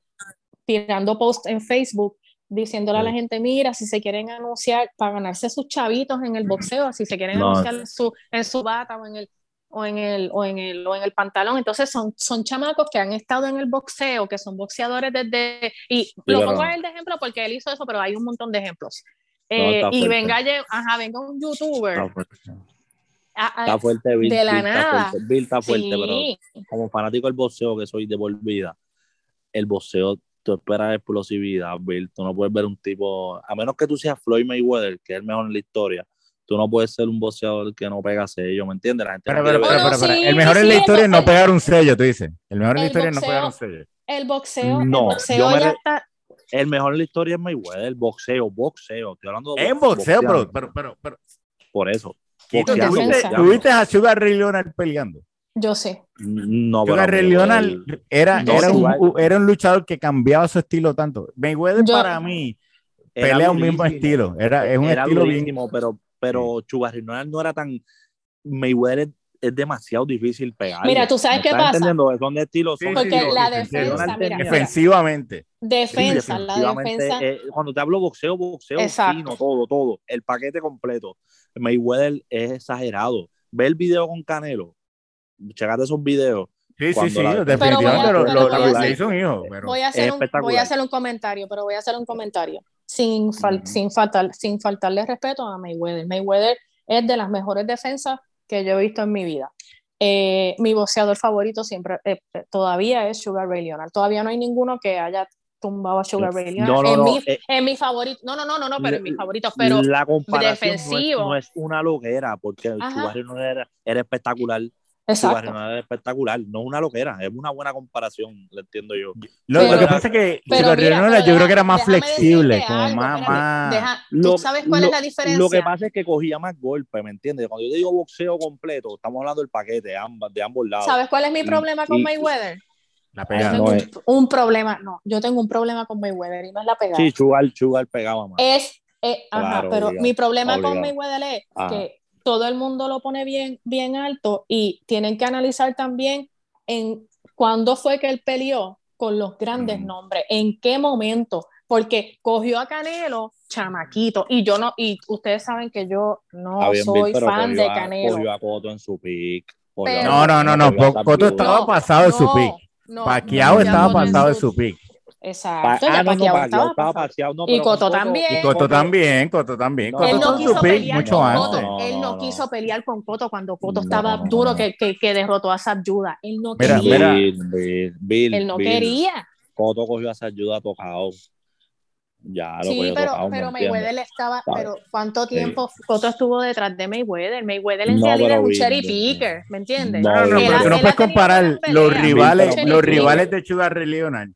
tirando posts en Facebook, diciéndole a la Sí. gente, mira, si se quieren anunciar para ganarse sus chavitos en el boxeo, si se quieren No. anunciar en su, en su bata o en el o en el, o en el, o en el pantalón. Entonces son, son chamacos que han estado en el boxeo, que son boxeadores desde... Y lo pero no. pongo a él de ejemplo porque él hizo eso, pero hay un montón de ejemplos. No, Eh, está y fuerte. venga, lle- ajá, venga un youtuber. Está fuerte. a- a- Está fuerte, Bill. de la Bill está nada. fuerte, Bill está fuerte, sí, pero como fanático del boxeo que soy de por vida, el boxeo, tú esperas explosividad, Bill. Tú no puedes ver un tipo, a menos que tú seas Floyd Mayweather, que es el mejor en la historia, tú no puedes ser un boxeador que no pega sello, ¿me entiendes? La gente Espera, no quiere espera, espera, ver- espera, espera. sí, El mejor en la sí, historia es no porque- pegar un sello, tú dices. El mejor en la El historia es no boxeo- pegar un sello. el boxeo, el No, yo boxeo me ya re- está... El mejor en la historia es Mayweather, el boxeo, boxeo. Estoy hablando de En bo- boxeo, boxeando, pero, pero, pero, pero Por eso. tu Boxeando, ¿tuviste, defensa. boxeando. tuviste a Sugar Ray Leonard peleando. Yo sé. No, pero Sugar Ray Mayweather- Leonard era, No, era, Sugar- un, era un luchador que cambiaba su estilo tanto. Mayweather Yo- para mí era pelea un mismo durísimo. estilo. Era, es un era estilo bien- durísimo, pero, pero Sugar Ray Leonard no era tan. Mayweather es, es demasiado difícil pegar. Mira, ¿tú sabes qué pasa? Entendiendo? Son de estilo. Sí, son sí, Porque sí, la sí, sí, sí. defensa, Leonard mira, tenía- mira, defensivamente. Sí, defensa, la definitivamente, defensa, eh, cuando te hablo boxeo, boxeo, Exacto. fino, todo, todo. El paquete completo. Mayweather es exagerado. Ve el video con Canelo. Checate esos videos. Sí, sí, Cuando sí. la- Definitivamente Pero lo, voy a- lo- pero lo- voy a le hacer- hizo un hijo. pero- voy a hacer un, espectacular. voy a hacer un comentario, pero voy a hacer un comentario sin fal- Ujú. sin fatal, sin faltarle respeto a Mayweather. Mayweather es de las mejores defensas que yo he visto en mi vida. Eh, mi boxeador favorito siempre eh, todavía es Sugar Ray Leonard. Todavía no hay ninguno que haya tumbado a Sugar Ray Leonard. No, no, en, no. Mi, eh, en mi favorito, no, no, no, no, no, pero en mis La- favoritos, pero la comparación no es- defensivo. No, es, una loquera, porque Ajá. Sugar Ray Leonard era, era espectacular. Sugar Ray exacto. Leonard era espectacular. No es una loquera, es una buena comparación, lo entiendo yo. Lo, lo Pero- que pasa es que Pero Sugar Ray mira, Leonard pero yo creo que era deja- más déjame flexible, decirte como algo, más, espérate, más- deja- Lo- ¿Tú sabes cuál lo- es la diferencia? Lo que pasa es que cogía más golpes, ¿me entiendes? Cuando yo digo boxeo completo, estamos hablando del paquete ambas, de ambos lados. ¿Sabes cuál es mi Y- problema con mm, y- Mayweather? la Yo pegada. tengo no un, es. un problema, no, yo tengo un problema con Mayweather y no es la pegada. Sí, Sugar, Sugar pegaba más. Es, eh, ajá, Claro, pero obligado, mi problema con obligado. Mayweather es Ajá. que todo el mundo lo pone bien, bien alto y tienen que analizar también en cuándo fue que él peleó con los grandes Mm. nombres, en qué momento, porque cogió a Canelo, chamaquito, y yo no, y ustedes saben que yo no Está bien, Bill, soy pero fan cogió de a- Canelo. cogió a Cotto en su pick. cogió a- Pero- No, no, no, no. cogió a Po- Cotto Sampura. estaba pasado de su No, pick. no, Paquiao no, estaba Cotto en pasado de su- su pick. Pa- Exacto, ah, no, ya no, Pacquiao Pacquiao estaba estaba pasado. paseado, no, Y pero con Cotto también. Y Eh, Cotto también, Cotto también. No, Cotto Él estaba no en su quiso pick pelear mucho con no, antes. Cotto. Él no, no no. quiso pelear con Cotto cuando No, Cotto estaba no, no, duro no. que, que- que derrotó a Satyuda. Él no Mira, quería. mira. Bill, Bill, Bill, él no Bill. quería. Cotto cogió esa ayuda tocado. Ya lo sí, cogió pero, tocado. ¿me pero entiendes? Mayweather le estaba. Claro. Pero ¿cuánto tiempo Cotto estuvo detrás de Mayweather? Mayweather en No, realidad pero es un Bill, cherry Bill, picker, ¿me entiendes? No, No, no, Él pero ha- tú no él puedes ha tenido comparar buenas peleas. los rivales, Sí, pero- los rivales de Sugar Ray Leonard,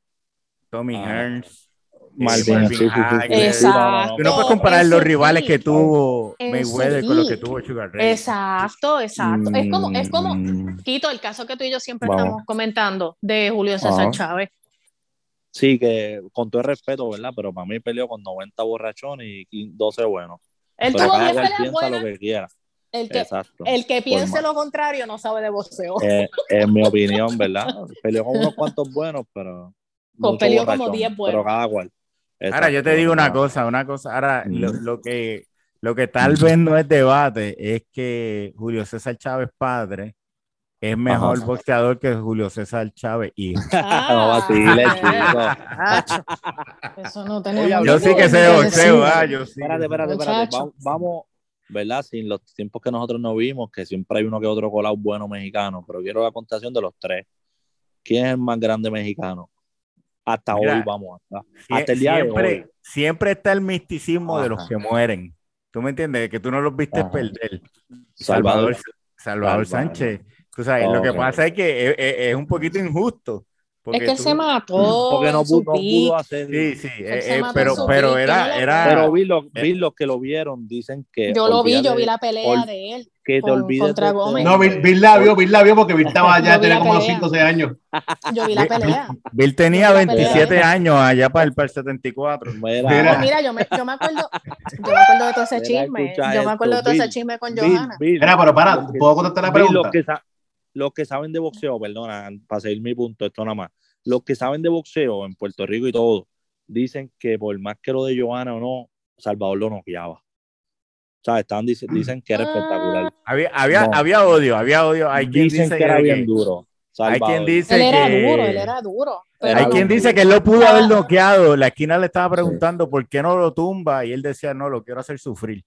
Tommy Ah. Hearns, eh, Malvin, Malvin sí, sí, sí, sí. Hagler. Exacto. Tú no puedes comparar Eso los sí. rivales que tuvo Eso Mayweather con los que sí. tuvo Sugar Ray. Exacto, exacto. Es como, es como, Quito, el caso que tú y yo siempre Mm. Vamos. estamos comentando de Julio César Ajá. Chávez. Sí, que con todo el respeto, ¿verdad? Pero para mí peleó con 90 borrachones y 15 12 buenos. Él Pero tuvo cada 10 cual peleas piensa lo buenas. que quiera. El que, Exacto. el que piense mal. lo contrario no sabe de boxeo. Eh, en mi opinión, ¿verdad? Peleó con unos cuantos buenos, pero. Con- mucho peleó como borrachón, 10 buenos. Pero cada cual. Ahora, Exacto, yo te digo una cada- cosa, una cosa. Ahora, Mm. lo, lo que, lo que tal vez no es debate es que Julio César Chávez padre es mejor Ajá. boxeador que Julio César Chávez hijo. No, Ah, vacile, eh, chico. Eso no tenemos. Oye, Yo sí que sé ningún boxeo, interés. ah, yo sí. Espérate, espérate, espérate. Muchacho. Vamos, vamos, ¿verdad? Sin los tiempos que nosotros no vimos, que siempre hay uno que otro colado bueno mexicano, pero quiero la contación de los tres. ¿Quién es el más grande mexicano? Hasta Mira, hoy vamos. Hasta, Sie- hasta el día siempre, de hoy. siempre está el misticismo de los Ajá. que mueren. ¿Tú me entiendes? Que tú no los viste Ajá. perder. Salvador. Salvador, Salvador Salvador. Sánchez. Tú sabes, lo que Ok. pasa es que es, es- es un poquito injusto. Es porque que él tú- se mató. Porque no en su pudo, no pudo hacer. Sí, Ah, sí, eh, se eh, mató pero, en su pero pick, era, no lo era, Pero vi, lo- vi los que lo vieron, dicen que. pick. Yo lo vi, yo vi olvídate- la pelea ol- de él. Que te con- olvides. contra de este Gómez. No, hombre. Bill, Bill la vio, Bill la vio porque Bill estaba Yo ya, vi tenía la como unos pelea. 5 o 6 años. Yo vi la Ve- pelea. Bill tenía Yo la pelea, 27 ¿eh? años allá para el, para el 74. Mira, Mira. Mira, yo me, yo me acuerdo, yo me acuerdo de todo ese Mira, chisme. escucha Yo me acuerdo de esto, todo ese Bill. chisme con Bill, Johanna. Bill. Era, pero para, Lo que- ¿puedo contestar la Bill, pregunta? Los que, sa- los que saben de boxeo, perdona, para seguir mi punto, esto nada más. Los que saben de boxeo en Puerto Rico y todo, dicen que por más que lo de Johanna o no, Salvador lo noqueaba. O sea, están, dice- dicen que era espectacular. Había, había, No. había odio, había odio. Ah. Hay quien dicen dice que era que- bien duro. hay Salvador. quien dice Él era que- duro, él era duro. pero Hay Era no- quien duro. dice que él lo pudo haber Ah. noqueado. La esquina le estaba preguntando por qué no lo tumba y él decía, no, lo quiero hacer sufrir.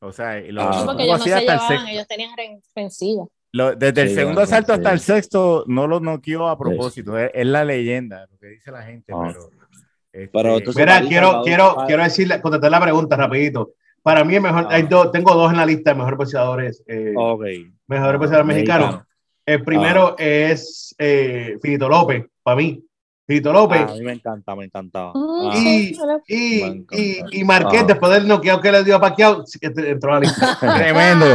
O sea, y lo, Ah. lo Sí, no, porque tuvo ellos no así se hasta el llevaban, sexto. ellos tenían ren- rencilla. Lo- desde el Sí, segundo bueno, asalto hasta sí. el sexto no lo noqueó a propósito. Es, es la leyenda, lo que dice la gente. Ah. Pero, este, Pero entonces- Mira, Salvador, quiero, Salvador, quiero, Salvador. quiero decirle, contestar la pregunta rapidito. Para mí, el mejor, Ah. Oh, hay dos, tengo dos en la lista de mejores boxeadores, eh, Ok. Ah, mejores boxeadores mexicanos. El primero es eh, Fito López, para mí. Fito López. Ah, a mí me encanta, me encantaba. Mm, Ah, sí, era- Y, Me encanta. y, y Marqués, Ah. después del noqueo que le dio a Pacquiao, sí, este- entró a la lista. Tremendo.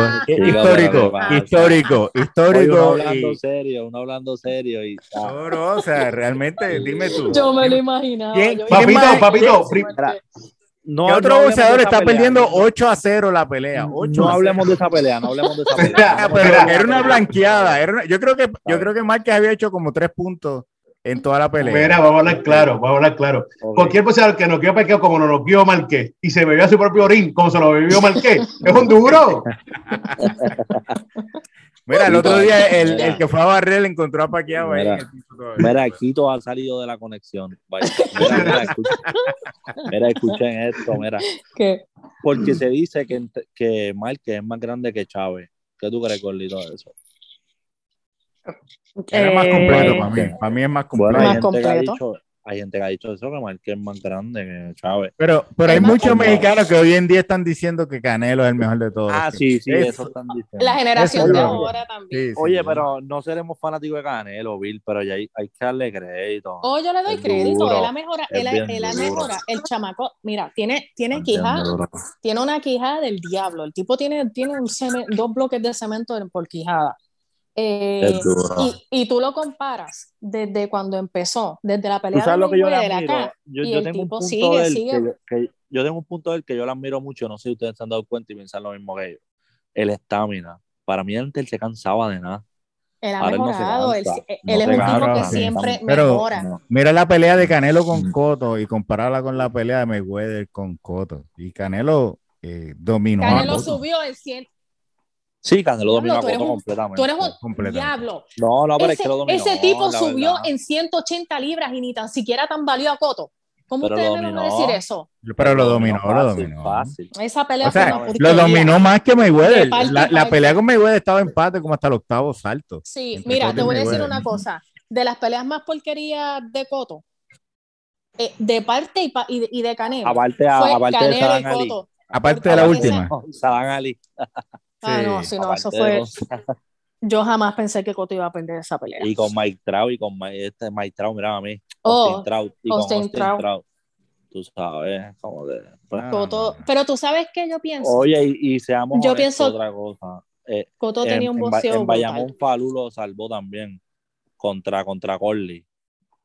histórico, pero- histórico, Oye, uno histórico. hablando y- serio, uno hablando serio y ah, No, no, o sea, realmente, dime tú. Yo me lo imaginaba. ¿Quién- yo- quién yo- más- Papito, Sí, papito, Marqués. no, ¿Qué otro no hablemos de boxeador esa está pelea, perdiendo no- 8 a 0 la pelea? 8 No a 0. hablemos de esa pelea, no hablemos de esa pelea. Ah, Espera, Hablemos pero de Mira, la era una pelea. blanqueada. era una- yo creo que yo Sabe. creo que Márquez había hecho como tres puntos en toda la pelea. Mira, vamos a hablar claro, vamos a hablar claro. Ok. Cualquier boxeador que noqueó a Pacquiao como lo noqueó Marqués y se bebió a su propio orín como se lo bebió Marqués, es un duro. Mira, el otro día el, Mira. el que fue a barrer le encontró a Paquiao ahí. en el Mira. piso todavía. Mira, Quito ha salido de la conexión. Vaya. Mira, mira, escuchen, mira, escuchen esto, mira. ¿Qué? Porque se dice que, ent- que Márquez es más grande que Chávez. ¿Qué tú crees, Carlito, de eso? Era más completo Eh, para mí. Para mí es más completo. Bueno, hay Más gente, que ha completo. dicho, hay gente que ha dicho eso, que Márquez es más grande que Chávez. pero pero hay Es más muchos completo. mexicanos que hoy en día están diciendo que Canelo es el mejor de todos. Ah, sí, sí, Eso. eso están diciendo. La generación Eso de es lo- ahora también. Sí, sí, Oye, sí. pero no seremos fanáticos de Canelo, Bill, pero ya hay, hay que darle crédito. Oh, yo le doy Es crédito. duro, él ha mejorado, es él, ha- bien él ha duro. mejorado. El chamaco, mira, tiene, tiene quijada, Entiendo, bro. tiene una quijada del diablo. El tipo tiene, tiene un ceme- dos bloques de cemento en- por quijada. Eh, Es duro. y, y tú lo comparas desde cuando empezó, desde la Tú pelea sabes de lo que yo le Mayweather admiro. acá. Yo, y yo el tengo un tipo punto sigue, de él sigue. que yo- que yo tengo un punto de él que yo le admiro mucho. No sé si ustedes se han dado cuenta y piensan lo mismo que yo. El estamina. Para mí antes él se cansaba de nada. él ha Ahora él no se mejorado. él eh, cansa, él no es se un tipo que cansa. siempre Pero- mejora. No. Mira la pelea de Canelo Mm. con Cotto y compararla con la pelea de Mayweather con Cotto. Y Canelo eh, dominó. a Canelo Cotto subió el 100. Sí, Canelo Diablo, dominó a tú eres Cotto un- completamente. Tú eres un completamente. diablo. No, no, Ah, pero es Ese, que lo dominó. ese tipo la subió verdad. en 180 libras y ni tan siquiera tan valió a Coto. ¿Cómo Pero ustedes lo me van a dominó. decir eso? Pero lo dominó, lo fácil, dominó. Fácil. Esa pelea O sea, fue una Lo porquería. dominó más que Mayweather. De parte y La, la parte. pelea con Mayweather estaba empate como hasta el octavo salto. Sí, Entre mira, Cotto te y voy a decir Mayweather. una cosa. De las peleas más porquerías de Coto, eh, de parte y, pa- y de, y de Canelo, Aparte, a- fue aparte de Canelo y Sadan Ali. Coto. Aparte de la Porque esa- última. Sadan Ali. Ah, no, Sí. si no, eso aparte de fue. los- Yo jamás pensé que Coto iba a perder esa pelea. Y con Mike Trout y con Mike, este Mike Trout, mira a mí. Oh, Austin Trout y con Austin Austin Trout. Trout. Tú sabes, como que. pues, Ah, Cotto- pero tú sabes que yo pienso. Oye, y, y seamos Yo honestos, pienso- otra cosa. Coto en, tenía un en Ba- boxeo. en brutal. Bayamón Falú lo salvó también contra, contra Corley.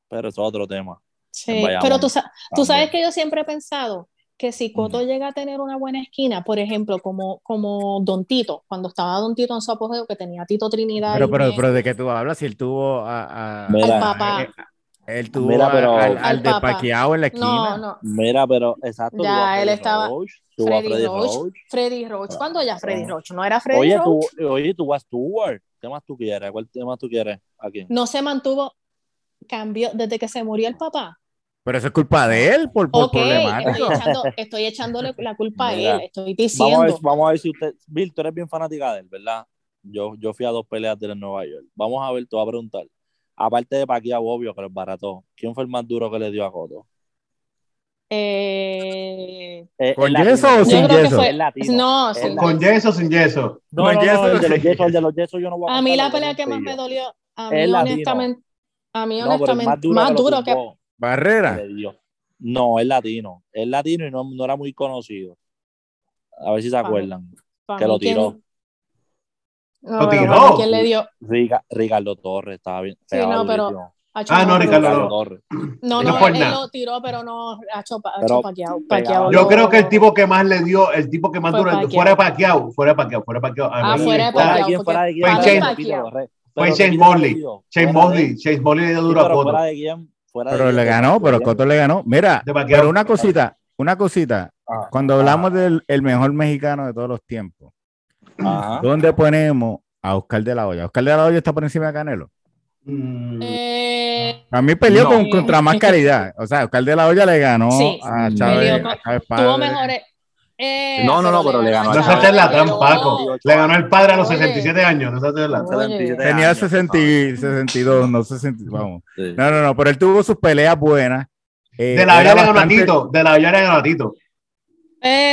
Pero eso es otro tema. Sí, en Bayamón pero tú, sa- tú también. sabes que yo siempre he pensado que si Coto llega a tener una buena esquina, por ejemplo, como, como Don Tito, cuando estaba Don Tito en su apogeo, que tenía a Tito Trinidad Pero, y pero, Nieves, pero de qué tú hablas si él tuvo a, a- Mira. al papá. eh, él tuvo Ah, Mira, a- pero- al, al Al de papá. Paquiao en la esquina. No, no, Mira, pero exacto. Ya, tuvo a él Freddy estaba- Roach, tuvo a Freddy Freddy Roach. Roach. Freddy Roach. ¿Cuándo ya Freddy Claro. Roach? ¿No era Freddy Ah. Oye, Roach? tú, oye, tú vas Stewart. ¿Qué más tú quieres? ¿Cuál qué más tú quieres? ¿A quién? No se mantuvo, cambió desde que se murió el papá. Pero eso es culpa de él por, por ok, estoy, problemático. echando- estoy echándole la culpa a Mira, él, estoy Vamos a, ver, diciendo. vamos a ver si usted. Bill, tú eres bien fanática de él, ¿verdad? Yo, yo fui a dos peleas de él en Nueva York. Vamos a ver, te voy a preguntar. Aparte de Paquiao, obvio que lo embarató. ¿Quién fue el más duro que le dio a Coto? Eh, Eh, ¿Con el latino. yeso o yo sin creo que yeso? fue. El latino. No, sí. El Con yeso o sin yeso. No, Con no, no, yeso, el de los sí. yesos, el de los yesos yo no voy a A mí contar, la el de pelea los que más yesos me yo. dolió, a Es mí latino. honestamente, a mí No, pero el honestamente, más duro, lo que, tumbó. Barrera. le dio. No, es latino. Es latino y no, no era muy conocido. A ver si se Vamos. acuerdan. para que mí lo quién- tiró. No, Lo pero tiró. para mí quién le dio. Rica- Ricardo Torres estaba bien. Sí, pegado no, pero- durísimo. a Ah, no, Chopin. Ricardo, no. Torres. No No, no, por él nada. lo tiró, pero no a Chopa, Pero pegado. Yo creo que el tipo que más le dio, el tipo que más Fue duro, Pacquiao. fuera Paquiao, fuera Paquiao, fuera Paquiao. A Ah, mí fuera de me Fuera de encanta. Pacquiao, quién, porque fuera de quién. para fuera mí de Pacquiao, Pacquiao. re- Fue pero Shane repite lo Mosley. rápido. Chase Fuera de- eh, Mosley, Chase Mosley le dio sí, duro a pero fuera Cotto. de quién, fuera de Pero quién, le de ganó, Pacquiao. pero Coto le ganó. Mira, De Pacquiao. pero una cosita, una cosita. Ah, Cuando hablamos del el mejor mexicano de todos los tiempos, Ajá. ¿dónde ponemos a Oscar de la Hoya? Oscar de la Hoya está por encima de Canelo. Mm, Eh, A mí peleó No. con, contra más calidad. O sea, Oscar de la Hoya le ganó Sí. a Chávez. Peleó con- a Chávez tuvo Padre. mejores. eh, No, no, no, pero le ganó No a se Chávez, hace la le ganó. trampa, Paco. Le ganó el padre a los Oye. 67 años. No se hace la Oye. 77 Tenía años, 60 y- 62, no 60, vamos. Sí. No, no, no, pero él tuvo sus peleas buenas. Eh, De era la Hoya le ganó a bastante- Tito. De la Hoya le ganó a Tito. Eh,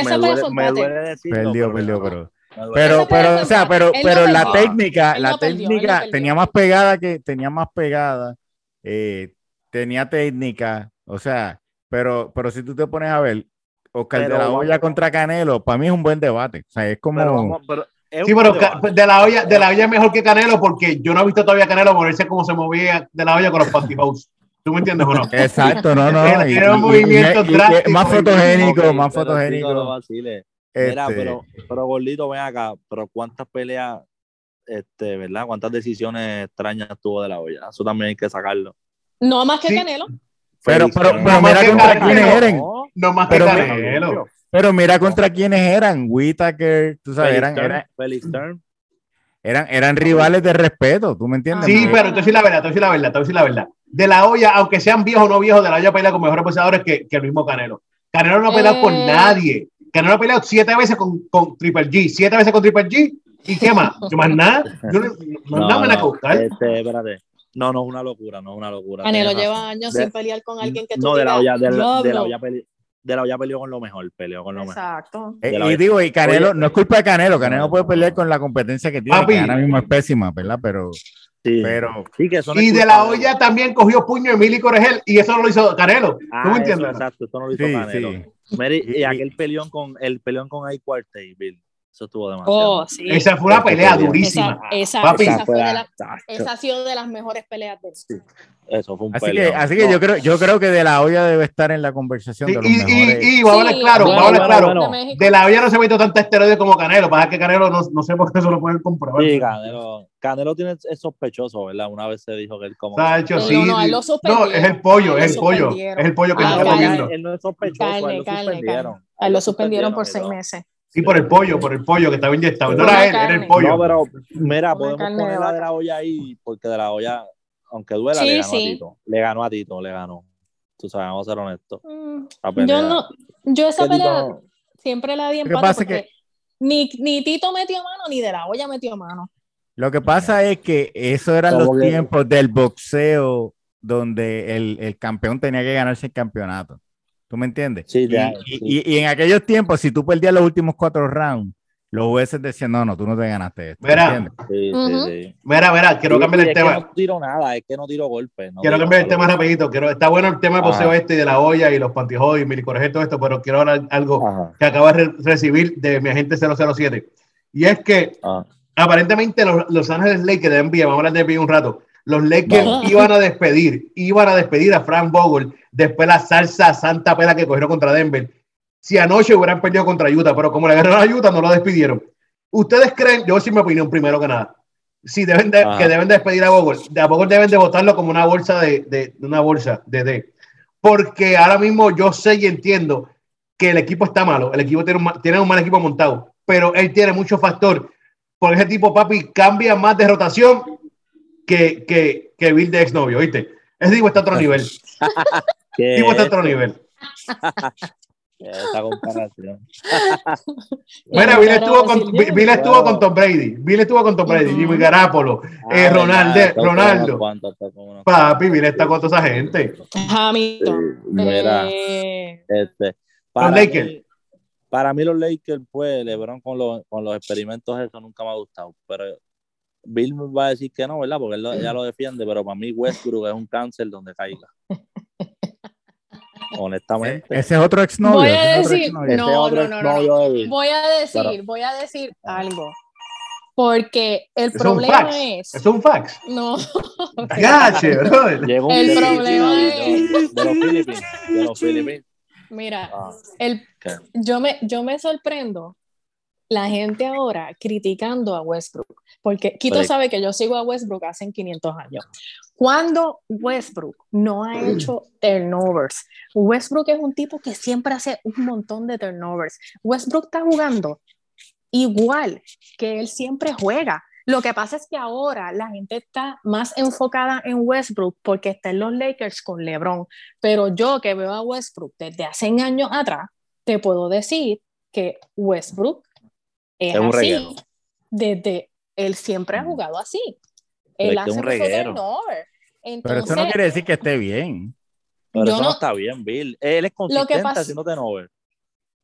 Me Esa pelea duele- fue un me empate. duele decirlo, Perdió, pero perdió, ganó. pero. Me duele. Pero, Ese fue pero, el o sea, empate. pero, Él no pero la perdió. técnica, Él la no perdió, él no técnica perdió. tenía más pegada que, tenía más pegada, eh, tenía técnica, o sea, pero, pero si tú te pones a ver, Oscar Pero de la vamos- Hoya contra Canelo, para mí es un buen debate, o sea, es como, Pero vamos- pero es Sí, un pero debate. Ca- de la olla, de la olla es mejor que Canelo porque yo no he visto todavía a Canelo ponerse como se movía de la olla con los pantyhose. ¿Tú me entiendes o no? exacto, no, no, Era- y- era un y- y- movimiento y- y- drástico. más fotogénico, Ok, más pero fotogénico, chico, no vaciles. Mira, este, pero, pero Gordito, ven acá, pero cuántas peleas, este, ¿verdad? ¿Cuántas decisiones extrañas tuvo de la olla? Eso también hay que sacarlo. No más que Sí. Canelo. Pero- Félix, pero- ¿no? pero mira No, contra no, quiénes no. eran. No más Pero que mira- Canelo. pero mira contra quiénes eran, Whitaker, tú sabes, Félix eran, Turner, eran, Félix Turner. eran, eran rivales de respeto, ¿tú me Ah, entiendes? Eh, Sí, Porque- pero te voy a decir la verdad, te voy a decir la verdad, te voy a decir la verdad. De la olla, aunque sean viejos o no viejos, de la olla pelea con mejores boxeadores que, que el mismo Canelo. Canelo no ha peleado con Eh. nadie. Canelo ha peleado siete veces con, con Triple G, siete veces con Triple G. ¿Y qué más? ¿Qué más nada? Yo no, no, nada me la coca, ¿eh? este, espérate. No, no, es una locura, no es una locura. Canelo tienes lleva razón. años De- sin pelear con alguien que tú No, de la olla, digas, de la, de la "Diablo". olla peleó. De la olla peleó con lo mejor, peleó con lo mejor. Exacto. Eh, de la y vez. digo, y Canelo, Oye, no es culpa de Canelo, Canelo no, puede no, pelear no. con la competencia que tiene, Papi. que ahora mismo es pésima, ¿verdad? Pero, Sí, pero, sí, que eso no es Y de culpa la olla también cogió puño Emilio Corregel y eso no lo hizo Canelo. Ah, ¿Tú me eso, entiendes? exacto, eso no lo hizo sí, Canelo. sí. Mary, Y- y aquel peleón con el peleón con I Quartey, Bill. Eso estuvo demasiado. Oh, sí. Esa fue una Porque pelea podía. durísima. Esa, esa, Papi. esa fue de la- tacho, esa ha sido de las mejores peleas de él. eso fue un Así que, peleón. así que No, yo creo, yo creo que de la olla debe estar en la conversación Sí, de los y, mejores. y, y vamos a hablar Sí, claro, bueno, vamos a hablar bueno, claro. bueno. de México. De la olla no se ha visto tanta esteroide como Canelo, pasa que Canelo no, no sé por qué eso lo pueden comprobar. sí, Canelo, Canelo tiene, es sospechoso, ¿verdad? Una vez se dijo que él como. Sancho, No, Ah, sí. no, él lo No, suspendieron. es el pollo, Lo es el pollo. Es suspendieron. el pollo que Ah, se está Calma, comiendo. él no es sospechoso, Calma, él lo calma, suspendieron. calma. A él lo suspendieron por y seis todo. meses. Sí, por el pollo, por el pollo que está bien estado. No era él, era el pollo. No, pero mira, Una podemos carne de poner la vaca. de la olla ahí, porque de la olla, aunque duela, Sí, le ganó sí. a Tito. Le ganó a Tito, le ganó. Tú sabes, vamos a ser honestos. Mm, La pelea. Yo no, yo esa Que Tito pelea no- siempre la di Lo en que pata pasa es porque ni, ni Tito metió mano, ni de la olla metió mano. Lo que pasa es que eso eran Como los que- tiempos del boxeo donde el, el campeón tenía que ganarse el campeonato. ¿Tú me entiendes? Sí, y, ya, y- sí. y- y en aquellos tiempos, si tú perdías los últimos cuatro rounds, los jueces decían, no, no, tú no te ganaste esto. ¿me Mira, entiendes? Sí, sí, Ujú. sí. Mira, mira, quiero Sí, cambiar y el es que tema. no tiro nada, es que no tiro golpes. no Quiero tiro cambiar el nada. tema rapidito. Quiero, está bueno el tema de boxeo Ajá. este y de la olla y los pantijodos y mil y todo esto, pero quiero hablar algo Ajá, que acabo de re- recibir de mi agente 007. Y es que ajá. ah. aparentemente los Los Ángeles Lakers de NBA, vamos a hablar de NBA un rato, Los Lakers No. iban a despedir, iban a despedir a Frank Vogel después la salsa santa pela que cogieron contra Denver. Si anoche hubieran perdido contra Utah, pero como le ganaron a Utah, no lo despidieron. ¿Ustedes creen? Yo voy a decir mi opinión primero que nada. Si deben de- Ajá. que deben despedir a Vogel, de a Vogel deben de votarlo como una bolsa de, de- de una bolsa de, de- porque ahora mismo yo sé y entiendo que el equipo está malo, el equipo tiene un, ma- tiene un mal equipo montado, pero él tiene mucho factor. Por ese tipo, papi, cambia más de rotación que, que, que Bill de exnovio, ¿viste? Ese tipo está a otro nivel. Ese ¿Qué tipo pues, está a es otro nivel. eh, esta comparación? Mira, Bill estuvo, con, Brasil, Bill Bill estuvo Wow. con Tom Brady. Bill estuvo con Tom Brady. Ujú. Jimmy Garapolo. Ah, Eh, Ronaldo- verdad, está con Ronaldo. unos cuantos, está con unos Papi, cuantos. Bill está con toda esa gente. Sí, Hamilton. Mira, Eh, este, para Lakers. Mí, para mí los Lakers, pues, LeBron con los, con los experimentos eso nunca me ha gustado, pero Bill me va a decir que no, ¿verdad? Porque él lo- ya lo defiende, pero para mí Westbrook es un cáncer donde caiga. Honestamente. Ese es otro exnovio. voy a ese es otro decir, exnovio. Ese no, otro no, no, no. exnovio de Bill. Voy a decir, Pero- voy a decir algo. Porque el Es un problema fax. es. Es un fax. No. Gache, brother. Llegó un El Philippines, problema de los- de los Philippines, de los Philippines. Mira, Ah, el, ¿qué? yo, me, yo me sorprendo la gente ahora criticando a Westbrook, porque Quito Break. sabe que yo sigo a Westbrook hace 500 años. Cuando Westbrook no ha Mm. hecho turnovers, Westbrook es un tipo que siempre hace un montón de turnovers. Westbrook está jugando igual que él siempre juega. Lo que pasa es que ahora la gente está más enfocada en Westbrook porque está en los Lakers con LeBron. Pero yo que veo a Westbrook desde hace años atrás, te puedo decir que Westbrook es, Es un así. reguero. Desde él siempre ha Mm. jugado así. Pero es que Él es hace un mucho reguero. turnover. Pero Entonces, eso no quiere decir que esté bien. Pero Yo eso no, no- está bien, Bill. Él es consistente pasa- haciendo turnover.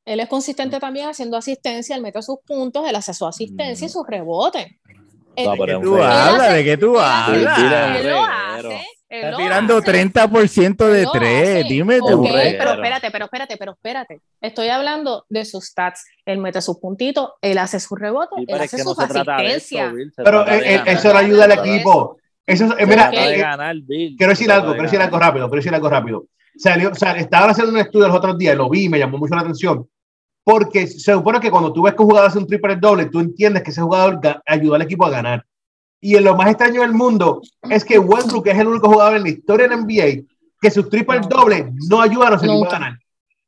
él es Mm. consistente también haciendo asistencia, él mete sus puntos, él hace su asistencia y Mm. sus rebotes. Él- No, ¿De pero qué es un tú reguero. hablas? ¿De qué tú él hace- Él tira hablas? un él lo reguero. hace, él Está lo tirando hace. 30% de Lo 3. hace. Dime Ok, tú. un reguero. pero espérate, pero espérate, pero espérate. Estoy hablando de sus stats. Él mete sus puntitos, él hace sus rebotes, Sí, él pero es hace que no sus se trata de asistencias. eso, Bill. Se Pero trata de eh, eh, ganar. eso le ayuda al Hablando de equipo. Eso, es- eh, Se mira, trata de eh, eh, ganar, Bill. quiero Se decir trata algo, de quiero decir ganar. algo rápido, quiero decir algo rápido. Salió, o sea, estaba haciendo un estudio los otros días, lo vi, me llamó mucho la atención, porque se supone que cuando tú ves que un jugador hace un triple doble, tú entiendes que ese jugador ga- ayudó al equipo a ganar. Y en lo más extraño del mundo es que Westbrook es el único jugador en la historia del NBA que sus triple doble no ayudan a su equipo a Nunca. ganar.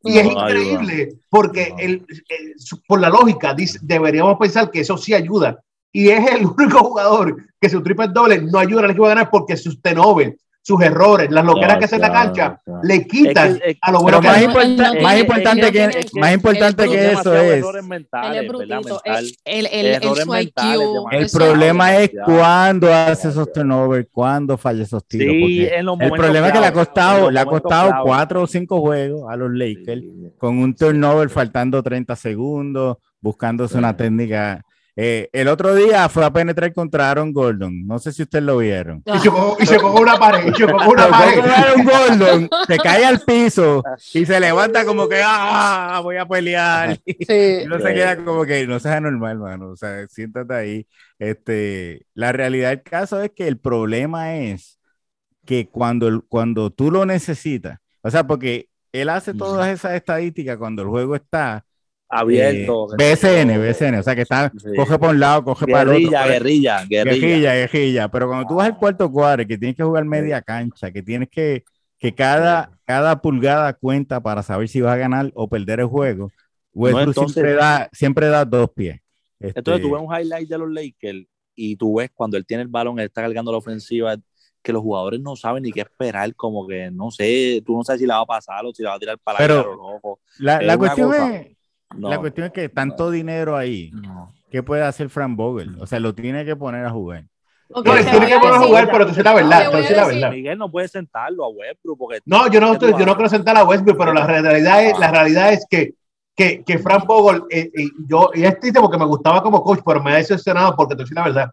Y es No, no increíble porque No. el- el- su- por la lógica dice- deberíamos pensar que eso sí ayuda. Y es el único jugador que su triple doble no ayuda al equipo a ganar porque sus tenovers, sus errores, las loqueras que hace en la Claro, cancha, claro. le quitan Es que- es- a lo bueno Pero que más, hace. no- no importa- tiene- más importante no que, tiene que- más importante el que problema eso demasiados es. errores Él mentales, es ¿verdad? brutito, Mental. él- él- él- él- Errores su mentales, IQ, demasiado. El eso- problema es Ya. cuando hace esos Ya. turnovers, cuando falla esos tiros. Sí, porque en los el momentos problema es que le ha clave, en costado, los le ha momentos costado clave. cuatro o cinco juegos a los Lakers Sí. con un turnover faltando 30 segundos, buscándose Sí. una técnica. Eh, el otro día fue a penetrar contra Aaron Gordon. No sé si ustedes lo vieron. Y chocó, y chocó con una pared, y chocó con una Tocó pared. con Aaron Gordon, se cae al piso y se levanta como que ah, voy a pelear. Sí. Y uno se queda como que no seas normal, mano. O sea, siéntate ahí. Este, la realidad del caso es que el problema es que cuando, el- cuando tú lo necesitas, o sea, porque él hace Ujú. todas esas estadísticas cuando el juego está Abierto. eh, BCN, BCN, o sea, que está, Sí. coge para un lado, coge para el otro. Guerrilla, coge- guerrilla, guerrilla. Guerrilla, guerrilla. Pero cuando tú vas al cuarto cuadro, que tienes que jugar media cancha, que tienes que, que cada, cada pulgada cuenta para saber si vas a ganar o perder el juego, Westbrook entonces- siempre, da, siempre da dos pies. Este, Entonces tú ves un highlight de los Lakers y tú ves cuando él tiene el balón, él está cargando la ofensiva, que los jugadores no saben ni qué esperar, como que no sé, tú no sabes si la va a pasar o si la va a tirar para Pero- allá o no. la, es la una cuestión cosa. es, No, la cuestión es que tanto dinero ahí, no. ¿qué puede hacer Fran Vogel? O sea, lo tiene que poner a jugar. Ok, No, te le voy tiene que a poner a decir- jugar, pero tú sí la verdad, Te tú voy a sí la decir- verdad. Miguel no puede sentarlo a Westbrook porque No, yo no, ¿Qué tú estoy- yo no haces? quiero sentar a Westbrook, pero la realidad es, la realidad es que, que, que Frank Vogel, eh, eh, yo, y es triste porque me gustaba como coach, pero me ha decepcionado porque te voy a decir la verdad.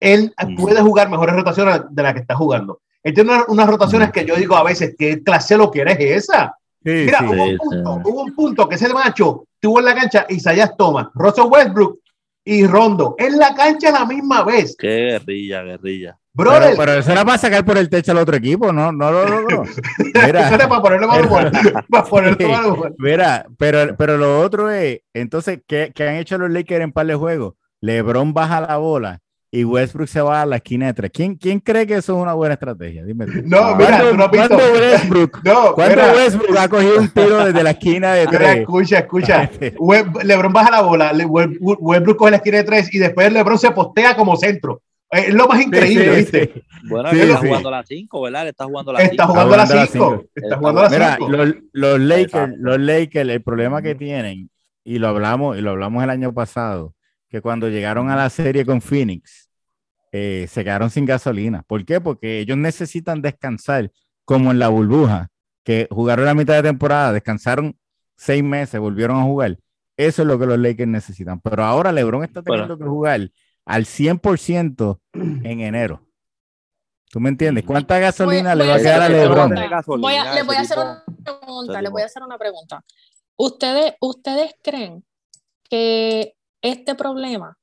Él Mm. puede jugar mejores rotaciones de las que está jugando. Él tiene una- unas rotaciones que yo digo a veces, ¿qué clase lo que eres es esa? Mm. Sí, Mira, sí. hubo, sí, un punto, sí. hubo un punto que ese macho tuvo en la cancha Isaías Thomas, Russell Westbrook y Rondo en la cancha a la misma vez. Qué guerrilla, guerrilla. Brother, Pero, pero eso era para sacar por el techo al otro equipo, no, no lo logró. eso Mira, era para ponerle mal humor. para ponerle mal humor. mira, pero, pero lo otro es, entonces, ¿qué, qué han hecho los Lakers en par de juegos? LeBron baja la bola y Westbrook se va a la esquina de tres. ¿Quién, quién cree que eso es una buena estrategia? Dime tú. No, mira, ¿Cuándo- tú no has visto. cuándo Westbrook, No, ¿cuándo mira, Westbrook ha cogido un tiro desde la esquina de mira, tres? escucha, escucha. Web- LeBron baja la bola, Le- Web- Westbrook coge la esquina de tres y después LeBron se postea como centro. Eh, Es lo más increíble, Sí, sí, ¿viste? sí. Bueno, Sí, él está sí. jugando a la 5, ¿verdad? Él está jugando a la 5. Está jugando a Está las jugando a las 5. Está jugando a Mira, las 5. los, los Lakers, Exacto. los Lakers, el problema que tienen, y lo hablamos, y lo hablamos el año pasado, que cuando llegaron a la serie con Phoenix, eh, se quedaron sin gasolina. ¿Por qué? Porque ellos necesitan descansar, como en la burbuja, que jugaron la mitad de temporada, descansaron seis meses, volvieron a jugar. Eso es lo que los Lakers necesitan. Pero ahora LeBron está Bueno. teniendo que jugar al 100% en enero. ¿Tú me entiendes? ¿Cuánta gasolina le va a voy a quedar a hacer una LeBron? pregunta. Gasolina, Voy a- le voy a ese hacer tipo- pues. una pregunta, ese le tipo. voy a hacer una pregunta. ¿Ustedes, ¿Ustedes creen que este problema,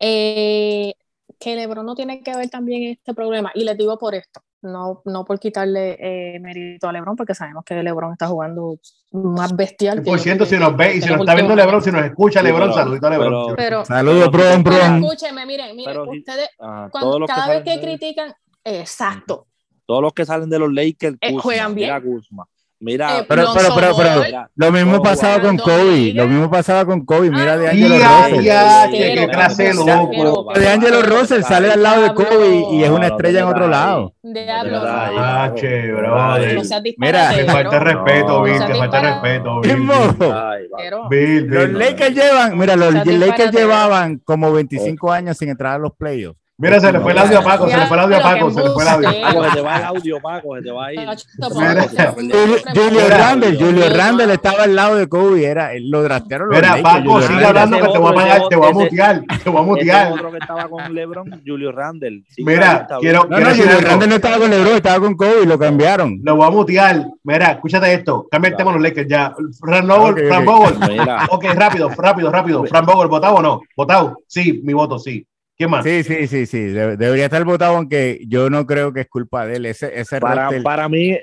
eh, que Lebron no tiene que ver también en este problema? Y les digo por esto, no, no por quitarle eh, mérito a Lebron, porque sabemos que Lebron está jugando más bestial. que yo Por ciento, creo si que- nos ve y que si no nos está viendo porque- LeBron, si nos escucha Sí, LeBron, pero- saludito a LeBron. pero- Pero, Saludos, Bron, pero Bron. escúcheme, miren, miren, Pero si- ustedes, Ajá, cuando- todos los que cada vez salen que de- critican, exacto, todos los que salen de los Lakers Eh, Kuzma, juegan bien. Mira, Kuzma. Mira, Eh, Pero- Lonzo pero- pero- pero- Ball, mira, Lo mismo Todo pasaba con jugando, Kobe, mira. lo mismo pasaba con Kobe, mira de Ah, Angelo Ya, Russell. ya, que qué clase de loco. De Angelo Russell sale al lado de Pablo. Kobe y es una No, no estrella en te otro metas ahí. lado. Diablo, Pero ahí. no, Ah, che, Ay. brother. no seas Mira, Te disparatero. falta respeto, No, Bill. no Te seas falta respeto, disparado. Bill. Mismo. Ay, va. Pero- Bill, Los Bill. no, Lakers no. llevan, mira, los O sea, Lakers disparate. llevaban como 25 años sin entrar a los playoffs. Mira, se le fue el audio a Paco, se le fue el audio a Paco, se le fue el audio. Paco, se Ah, te va el audio, Paco, se te va a ir. Este Chacho, Mira. Paco, chacho, Julio siempre Julio Paco. Randle, Julio Dios, Randle no. estaba al lado de Kobe, era, lo draftearon los Mira, Lakers, Paco, Julio sigue Randle. hablando que te voy a pagar, te voy a mutear, te voy a Este mutear. otro que estaba con LeBron, Julio Randle. Sí, Mira, ahí está, quiero- Julio. No, no, decir Julio algo? Randle no estaba con LeBron, estaba con Kobe, lo cambiaron. Lo voy a mutear. Mira, escúchate esto. Cambia el tema a los Lakers ya. Fran Ok, Vogel, ok. Fran Vogel. Mira, Ok, rápido, rápido, rápido. Fran Vogel, ¿votado o no? ¿Votado? Sí, mi voto, sí. ¿Quién más? Sí, sí, sí, sí, de- debería estar votado aunque yo no creo que es culpa de él, ese, ese para, roster- para mí,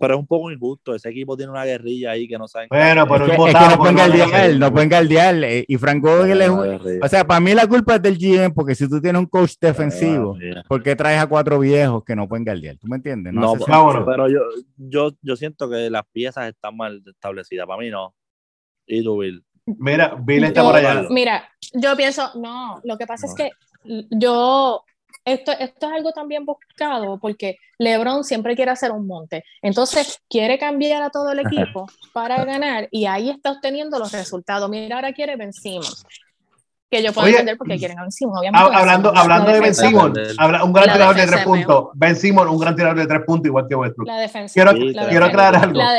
pero es un poco injusto. Ese equipo tiene una guerrilla ahí que no saben. Bueno, pero Es que, el es que votado. no pueden pero no galdear, sé. no pueden galdear. eh, Y Frank Vogel es un- O sea, para mí la culpa es del GM, porque si tú tienes un coach Ah, defensivo, ¿por qué traes a cuatro viejos que no pueden galdear? ¿Tú me entiendes? No, hace pues, sentido. vámonos. Pero yo, yo, yo siento que las piezas están mal establecidas. Para mí no. Y tú, Bill. Mira, Bill está Yo- por allá. Ah, Mira, yo pienso, no, lo que pasa No. es que yo, esto, esto es algo también buscado, porque LeBron siempre quiere hacer un monte, entonces quiere cambiar a todo el equipo para ganar y ahí está obteniendo los resultados. Mira, ahora quiere Ben Simmons, que yo puedo Oye, entender porque quieren a Ben Simmons, Ha- obviamente. Ben hablando, Simmons es una hablando de Ben defensa- Simon, habla- un gran La tirador de defensa tres es mejor. puntos. Ben Simon, un gran tirador de tres puntos, igual que Westbrook. La defensa. Quiero, Sí, la quiero defensa. aclarar algo. La, de-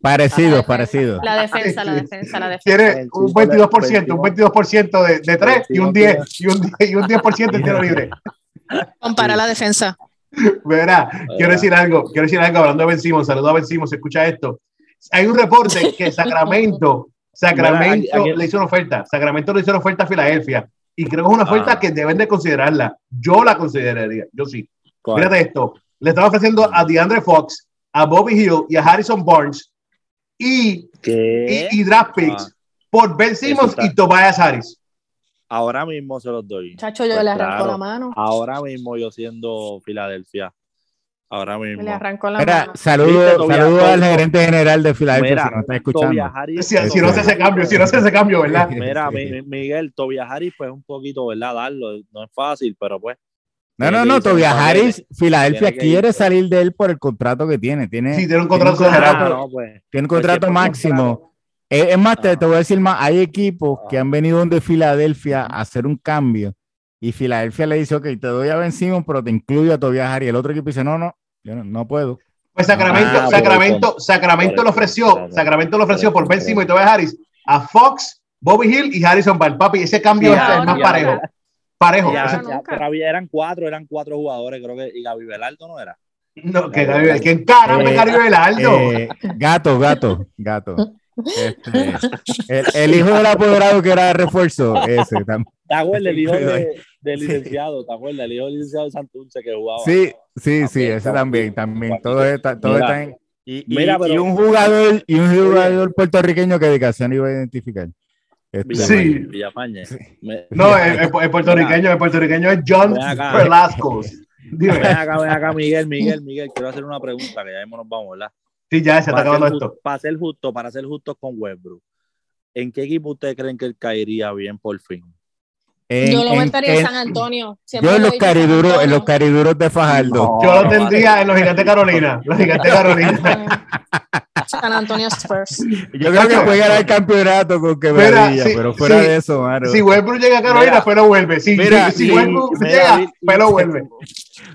Parecido, la Ah, parecido. la defensa, la defensa, la defensa. Tiene un 22%, un 22% de, de tres y un 10, y un 10, y un 10% de tiro libre. Compara la defensa. Verá, quiero Verá. decir algo, quiero decir algo hablando de Ben Simon, saludo a Ben Simon, se escucha esto. Hay un reporte que Sacramento, Sacramento Verá, aquí- aquí- le hizo una oferta, Sacramento le hizo una oferta a Filadelfia y creo que es una oferta Ah. que deben de considerarla. Yo la consideraría, yo sí. ¿Cuál? Fíjate esto, le estaba ofreciendo a DeAndre Fox, a Bobby Hill y a Harrison Barnes y, ¿Qué? y, y draft picks Ah. por Ben Simmons está- y Tobias Harris. Ahora mismo se los doy. Chacho, yo Pues le arranco claro. la mano. Ahora mismo yo siendo Filadelfia. Ahora mismo. Le arranco la Mira, mano. saludo, Viste, Tobias, saludo al Tobias. gerente general de Filadelfia, Mira, si nos está Tobias escuchando. Harris- Si, si no se hace cambio, si no se hace cambio, ¿verdad? Mira, mi- mi- Miguel, Tobias Harris, pues un poquito, ¿verdad? Darlo, no es fácil, pero pues. No, no, tiene no, que irse Tobias los papeles. Harris, Filadelfia Tiene que quiere irse. salir de él por el contrato que tiene. Tiene, Sí, tiene un contrato tiene un exagerado. contrato- Ah, no, pues. tiene un pues que contrato por máximo. contrato- Eh, Es más, te, Ajá. te voy a decir más, hay equipos que Ajá. han venido donde Filadelfia a hacer un cambio y Filadelfia le dice, ok, te doy a Ben Simmons, pero te incluyo a Tobias Harris. El otro equipo dice, no, no, yo no, no puedo. Pues Sacramento, Ah, por Sacramento, eso. Sacramento Por lo eso, ofreció, claro. Sacramento lo ofreció por Por Ben eso. Simon y Tobias Harris a Fox, Bobby Hill y Harrison Barnes. Papi, ese cambio Y ahora, es más y parejo, ahora. parejo. Ya, Ese- ya, nunca. pero había- eran cuatro, eran cuatro jugadores, creo que. Y Gaby Velardo no era. no, que Gabriel, que en cara Eh, Gabriel Aldo. Eh, gato, gato, gato. Este, el, el hijo del apoderado que era de refuerzo, ese también. ¿Te acuerdas el hijo Sí, doy. de- del licenciado? ¿Te acuerdas? El hijo del licenciado de Santurce que jugaba. Sí, sí, sí, Oh, También, ese también, también. también. Todos están, todos Mira. están. Y, y- Mira, y pero- un jugador, y un jugador puertorriqueño que dedicación iba a identificar. Este, Villafañe, Sí. Villafañe. Me- No, el, el- el puertorriqueño, el puertorriqueño es John Ven acá. Velasco. Dime, Ven acá, ven acá, Miguel, Miguel, Miguel. Quiero hacer una pregunta que ya mismo nos vamos, ¿verdad? sí, ya se está Para acabando ser, ju- esto. para ser justo, para ser justo con Westbrook, ¿en qué equipo ustedes creen que él caería bien por fin? en- yo lo en- metería en, en- San Antonio. Siempre Yo en lo los he dicho, San cariduros, en Antonio. los cariduros de Fajardo. Yo lo tendría en los gigantes Carolina. Los gigantes Carolina. San Antonio Spurs. Yo creo que Chacho. puede ganar el campeonato con quebradilla, Mira, sí, pero fuera sí. de eso, mano. Si Westbrook llega a Carolina, Mira. pero vuelve. Si, Mira, si, si sí, Westbrook mira, llega, Bill, pero vuelve.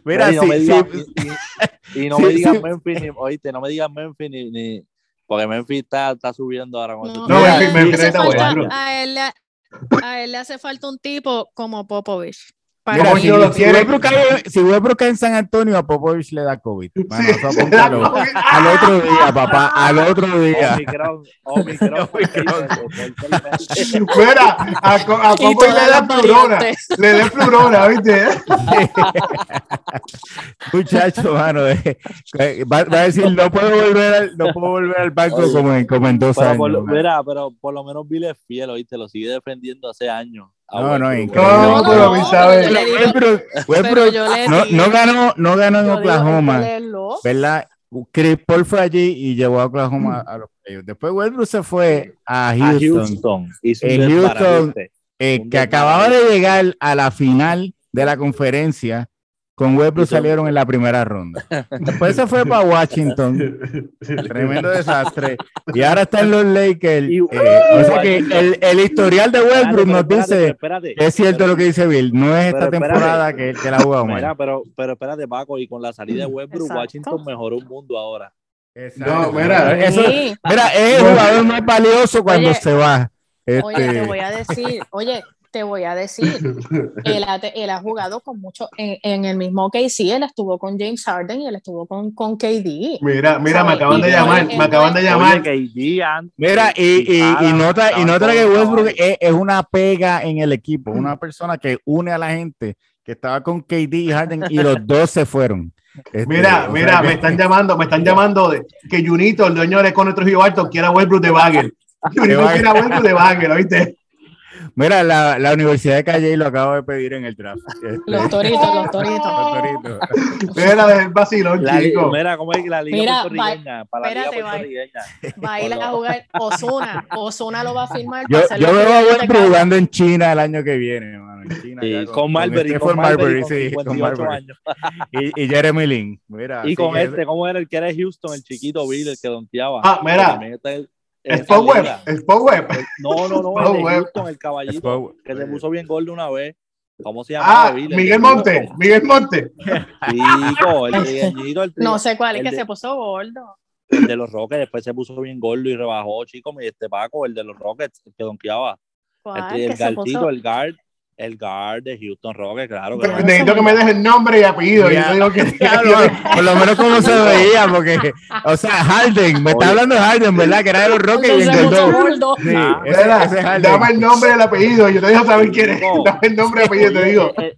Mira, Oye, no sí, me sí, digas- y, y- y no me Sí, digas sí. Memphis, ni, oíste, no me digas Memphis ni, ni- porque Memphis está, está subiendo ahora con No, eso. No, a me- él me le enfrenta hace a falta- Westbrook. a él le- a él le hace falta un tipo como Popovich. Mira, Mira, Popovich si, no lo si quiere. Westbrook cae, si Westbrook cae en San Antonio, a Popovich le da COVID. Mano, Sí, eso se da apúntalo. COVID. Al otro día, papá, al otro día. Omicron, Omicron. Omicron. Mira, a, Co- a Y Coco le todas da las plurona. variantes. Le da plurona, ¿viste? Muchacho, mano, eh, eh, va, va a decir, no puedo volver al, no puedo volver al banco Oye. como en, como en dos Pero años. por, lo- mano. mira, pero por lo menos Bill es fiel, oíste, lo sigue defendiendo hace años. A No, Westbrook, no, güey. increíble. No, No, pero no, Isabel. pero yo le digo- Westbrook- Pero Westbrook yo le no, digo- no ganó, no ganó en yo digo, Oklahoma, él es loco. ¿verdad? Chris Paul fue allí y llevó a Oklahoma a los playoffs. Después Westbrook se fue a Mm. A Houston, Houston. Hizo un En disparate. Houston, eh, un que desmadre. acababa de llegar a la final de la conferencia. Con Westbrook Y se- salieron en la primera ronda. Después se fue para Washington. Tremendo desastre. Y ahora está en los Lakers. Y- eh, o sea que el, el historial de Espérate, Westbrook pero nos espérate, dice pero espérate. que es cierto Pero- lo que dice Bill. No es esta pero espérate. temporada que, que la ha jugado mal. Mira, pero, pero espérate, Paco, y con la salida de Westbrook, Exacto. Washington mejoró un mundo ahora. No, mira, Eso- Sí. mira, es el jugador más valioso cuando Oye. se va. Oye, Este, te voy a decir, oye, te voy a decir, él ha, te- él ha jugado con mucho, en, en el mismo KC, él estuvo con James Harden y él estuvo con, con KD. Mira, mira, me Oye, acaban de y- llamar, oye, me acaban de oye, llamar. Oye, KD antes- mira, y, y- y Adam, nota, y estaban nota que todos Westbrook cabrones. es, es una pega en el equipo, Mm. una persona que une a la gente, que estaba con KD y Harden y los dos se fueron. Este, o Mira, sea mira, que- me están llamando, me están llamando de que Junito, el dueño de Conetro Gio Alto, quiera Westbrook de Bagel. Junito Bagel. quiere a Westbrook de Bagel, ¿viste? Mira, la, la Universidad de Calle lo acabo de pedir en el draft. Este, Los toritos, los toritos. los toritos. Era del vacilón, La li- chico. mira, ¿cómo es la liga Mira, puertorriqueña? Para la liga espérate, va- puertorriqueña. Va a ir a jugar Ozuna. Ozuna lo va a firmar. Yo, para ser yo los veo a dueños de Westbrook Cabo. jugando en China el año que viene, mano, en China, Sí, ya con Marbury, Stephen con Marbury, con sí, con 58 Marbury. años. Y, y Jeremy Lin. Mira, Y sí, con es- este, ¿cómo era el que era de Houston, el chiquito Bill, el que donkeaba? Ah, mira. Que también está en- en esa Spotweb, liga. Spotweb. No, no, no, el de Spotweb. Houston, el es caballito, Bow- que se puso bien gordo una vez. ¿Cómo se llamaba Ah, Bill? El Miguel de Houston. Monte, Miguel Monte. Chico, el trigueñito, el, tri- No sé cuál es el que de- se puso gordo. el de los Rockets, después se puso bien gordo y rebajó, chico, mi este Paco, el de los Rockets, el que donkeaba. El, ¿Cuál? tri- el Ah, que se Galtito, puso. el guard, el guard de Houston Rockets, claro. Pero claro. Necesito que me dejes el nombre y apellido. y Ya. yo digo que- Diablo, mano, por lo menos como se veía, porque, o sea, Harden, me está Oye. hablando de Harden, ¿verdad? Que era de los Rockets y Entonces se puso engordó. gordo. Sí, Ah, ese, Mira, ese es Harden. dame el nombre y el apellido. Yo te dejo saber quién es. No. Dame el nombre y pues, apellido, te Oye, digo. eh, eh,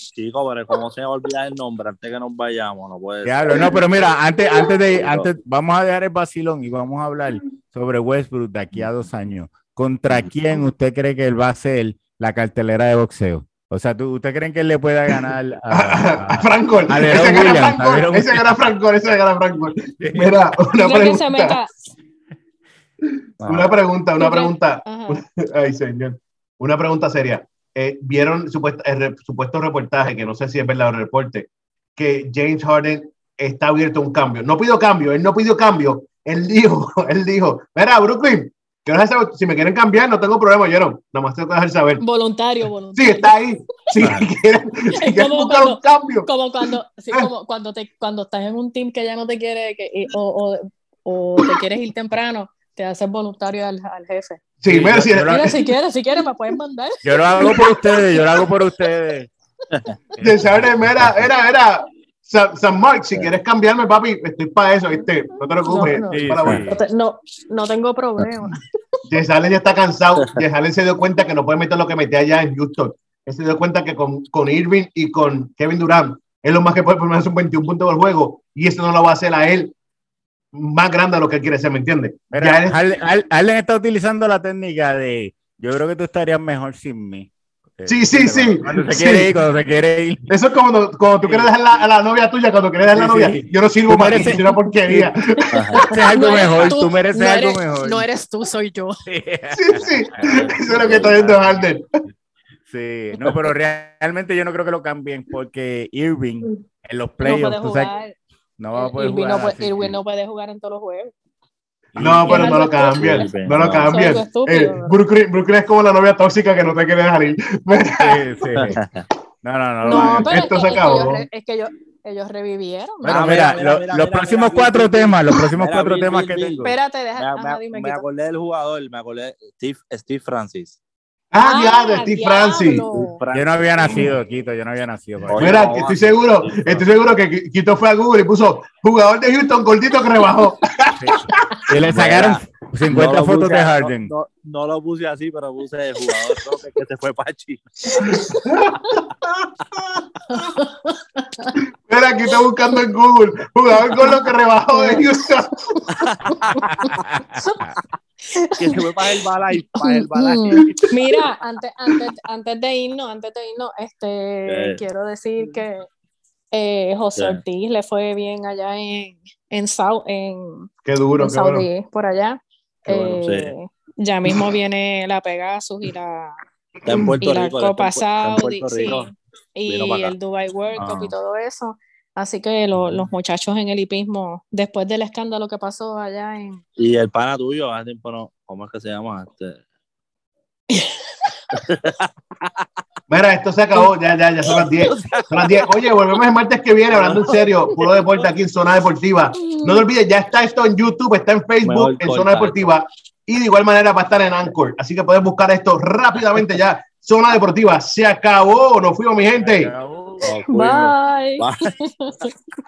Chico, pero ¿cómo se me olvida el nombre antes que nos vayamos? No puede ser. Diablo, no, pero mira, antes, antes de, antes, vamos a dejar el vacilón y vamos a hablar sobre Westbrook de aquí a dos años. ¿Contra quién usted cree que él va a ser la cartelera de boxeo? O sea, ¿tú, ¿usted cree que él le pueda ganar a, A Franco, A Lerón ese gana Williams, a Franco, Lerón ese gana Franco, ese gana Franco. Mira, una Creo que se pregunta, meta. una pregunta, una ¿Tú crees? pregunta. Ajá. Ay, señor. Una pregunta seria. Eh, ¿Vieron supuesto, el re- supuesto reportaje, que no sé si es verdad el reporte, que James Harden está abierto a un cambio? No pidió cambio, él no pidió cambio. Él dijo, él dijo, mira, Brooklyn, quiero dejar saber, si me quieren cambiar, no tengo problema, Jerome. Nada más tengo que dejar saber. Voluntario, Sí, voluntario. está ahí. Si quieren, si quieren como buscar un cuando- cambio. Como cuando, sí, como cuando, te, cuando estás en un team que ya no te quiere que, y- o, o, o te quieres ir temprano, te haces voluntario al, al jefe. Sí, Sí, mira, yo- si- yo lo- Mira, si quieres, si quieres, me pueden mandar. Yo lo hago por ustedes, yo lo hago por ustedes. de saber, mira, era, era. San, San Mark, si quieres cambiarme, papi, estoy para eso, ¿viste? No te preocupes. No, no. estoy pa' la vuelta. No, te- no, no tengo problema. Jess Allen ya está cansado. Jess Allen se dio cuenta que no puede meter lo que metía allá en Houston. Él se dio cuenta que con, con Irving y con Kevin Durant es lo más que puede ponerse un 21 puntos por juego y eso no lo va a hacer a él más grande de lo que él quiere ser, ¿me entiendes? Mira, Ya él- Arlen- Ar- Arlen está utilizando la técnica de yo creo que tú estarías mejor sin mí. Eh, Sí, sí, sí. Cuando se Sí. quiere ir, cuando se quiere ir. Eso es como cuando, cuando tú quieres dejar la- a la novia tuya, cuando quieres dejar la Sí, sí. novia, yo no sirvo Tú para ti, mereces- soy una porquería. Mereces algo No eres mejor, tú, mereces no algo eres- mejor. No eres tú, soy yo. Sí, sí. Eso es lo que está viendo Harden. Sí, no, pero realmente yo no creo que lo cambien porque Irving en los No playoffs puede tú sabes, jugar. no va a poder Irving jugar. no puede- así Irwin que- pues, no puede jugar en todos los juegos. No, pero no lo Sí, cambian. sí, No lo no. cambian. Soy estúpido, Eh, bro. Brooklyn, Brooklyn es como la novia tóxica que no te quiere dejar ir. Sí, sí. No, no, no. No, no. pero- esto se es que acabó. ellos re- es que ellos, ellos revivieron. Bueno, Ah, mira, mira, mira, lo- mira, los mira, próximos mira, cuatro Bill, Bill. temas, los próximos Mira, cuatro Bill, temas Bill, que Bill. tengo. Espérate, deja, Me, ajá, me- Ah, dime, me Quito. acordé del jugador, me acordé Steve, Steve Francis. Ah, diablo, Steve diablo. Francis. Yo no había nacido, Quito, yo no había nacido. Oye, Mira, no, que estoy seguro, sí, estoy seguro que Quito fue a Google y puso jugador de Houston gordito que rebajó. Y le Mira, sacaron No 50 lo fotos puse de a- Harden. No, no- no lo puse así, pero puse el jugador Roque que se fue para Chile. Mira, Quito buscando en Google, jugador con lo que rebajó de Houston. Que se fue para el Balay. Para el Mm, Mira, antes, antes, antes de irnos, antes de irnos, este, Eh. quiero decir que eh, José Eh. Ortiz le fue bien allá en, en, Sau- en, Qué duro, en qué bueno. Saudi, por allá. Qué bueno, sí. Eh, Ya mismo viene la Pegasus y la, Está en Puerto y la Rico. Copa está en Pu- está Saudi, en Puerto sí, Rico. Vino para y acá. el Dubai World Cup y Ah. todo eso. Así que Mm. lo- los muchachos en el hipismo, después del escándalo que pasó allá en... Y el pana tuyo, hace tiempo no- ¿cómo es que se llama? Este, Mira, esto se acabó, ya, ya, ya son las 10. Son las 10. Oye, volvemos el martes que viene, hablando en serio, puro deporte aquí en Zona Deportiva. No te olvides, ya está esto en YouTube, está en Facebook, Mejor en Zona corta. Deportiva. Y de igual manera va a estar en Anchor. Así que puedes buscar esto rápidamente ya. Zona Deportiva, se acabó. Nos fuimos, mi gente. Acabó. nos fuimos. Bye. Bye.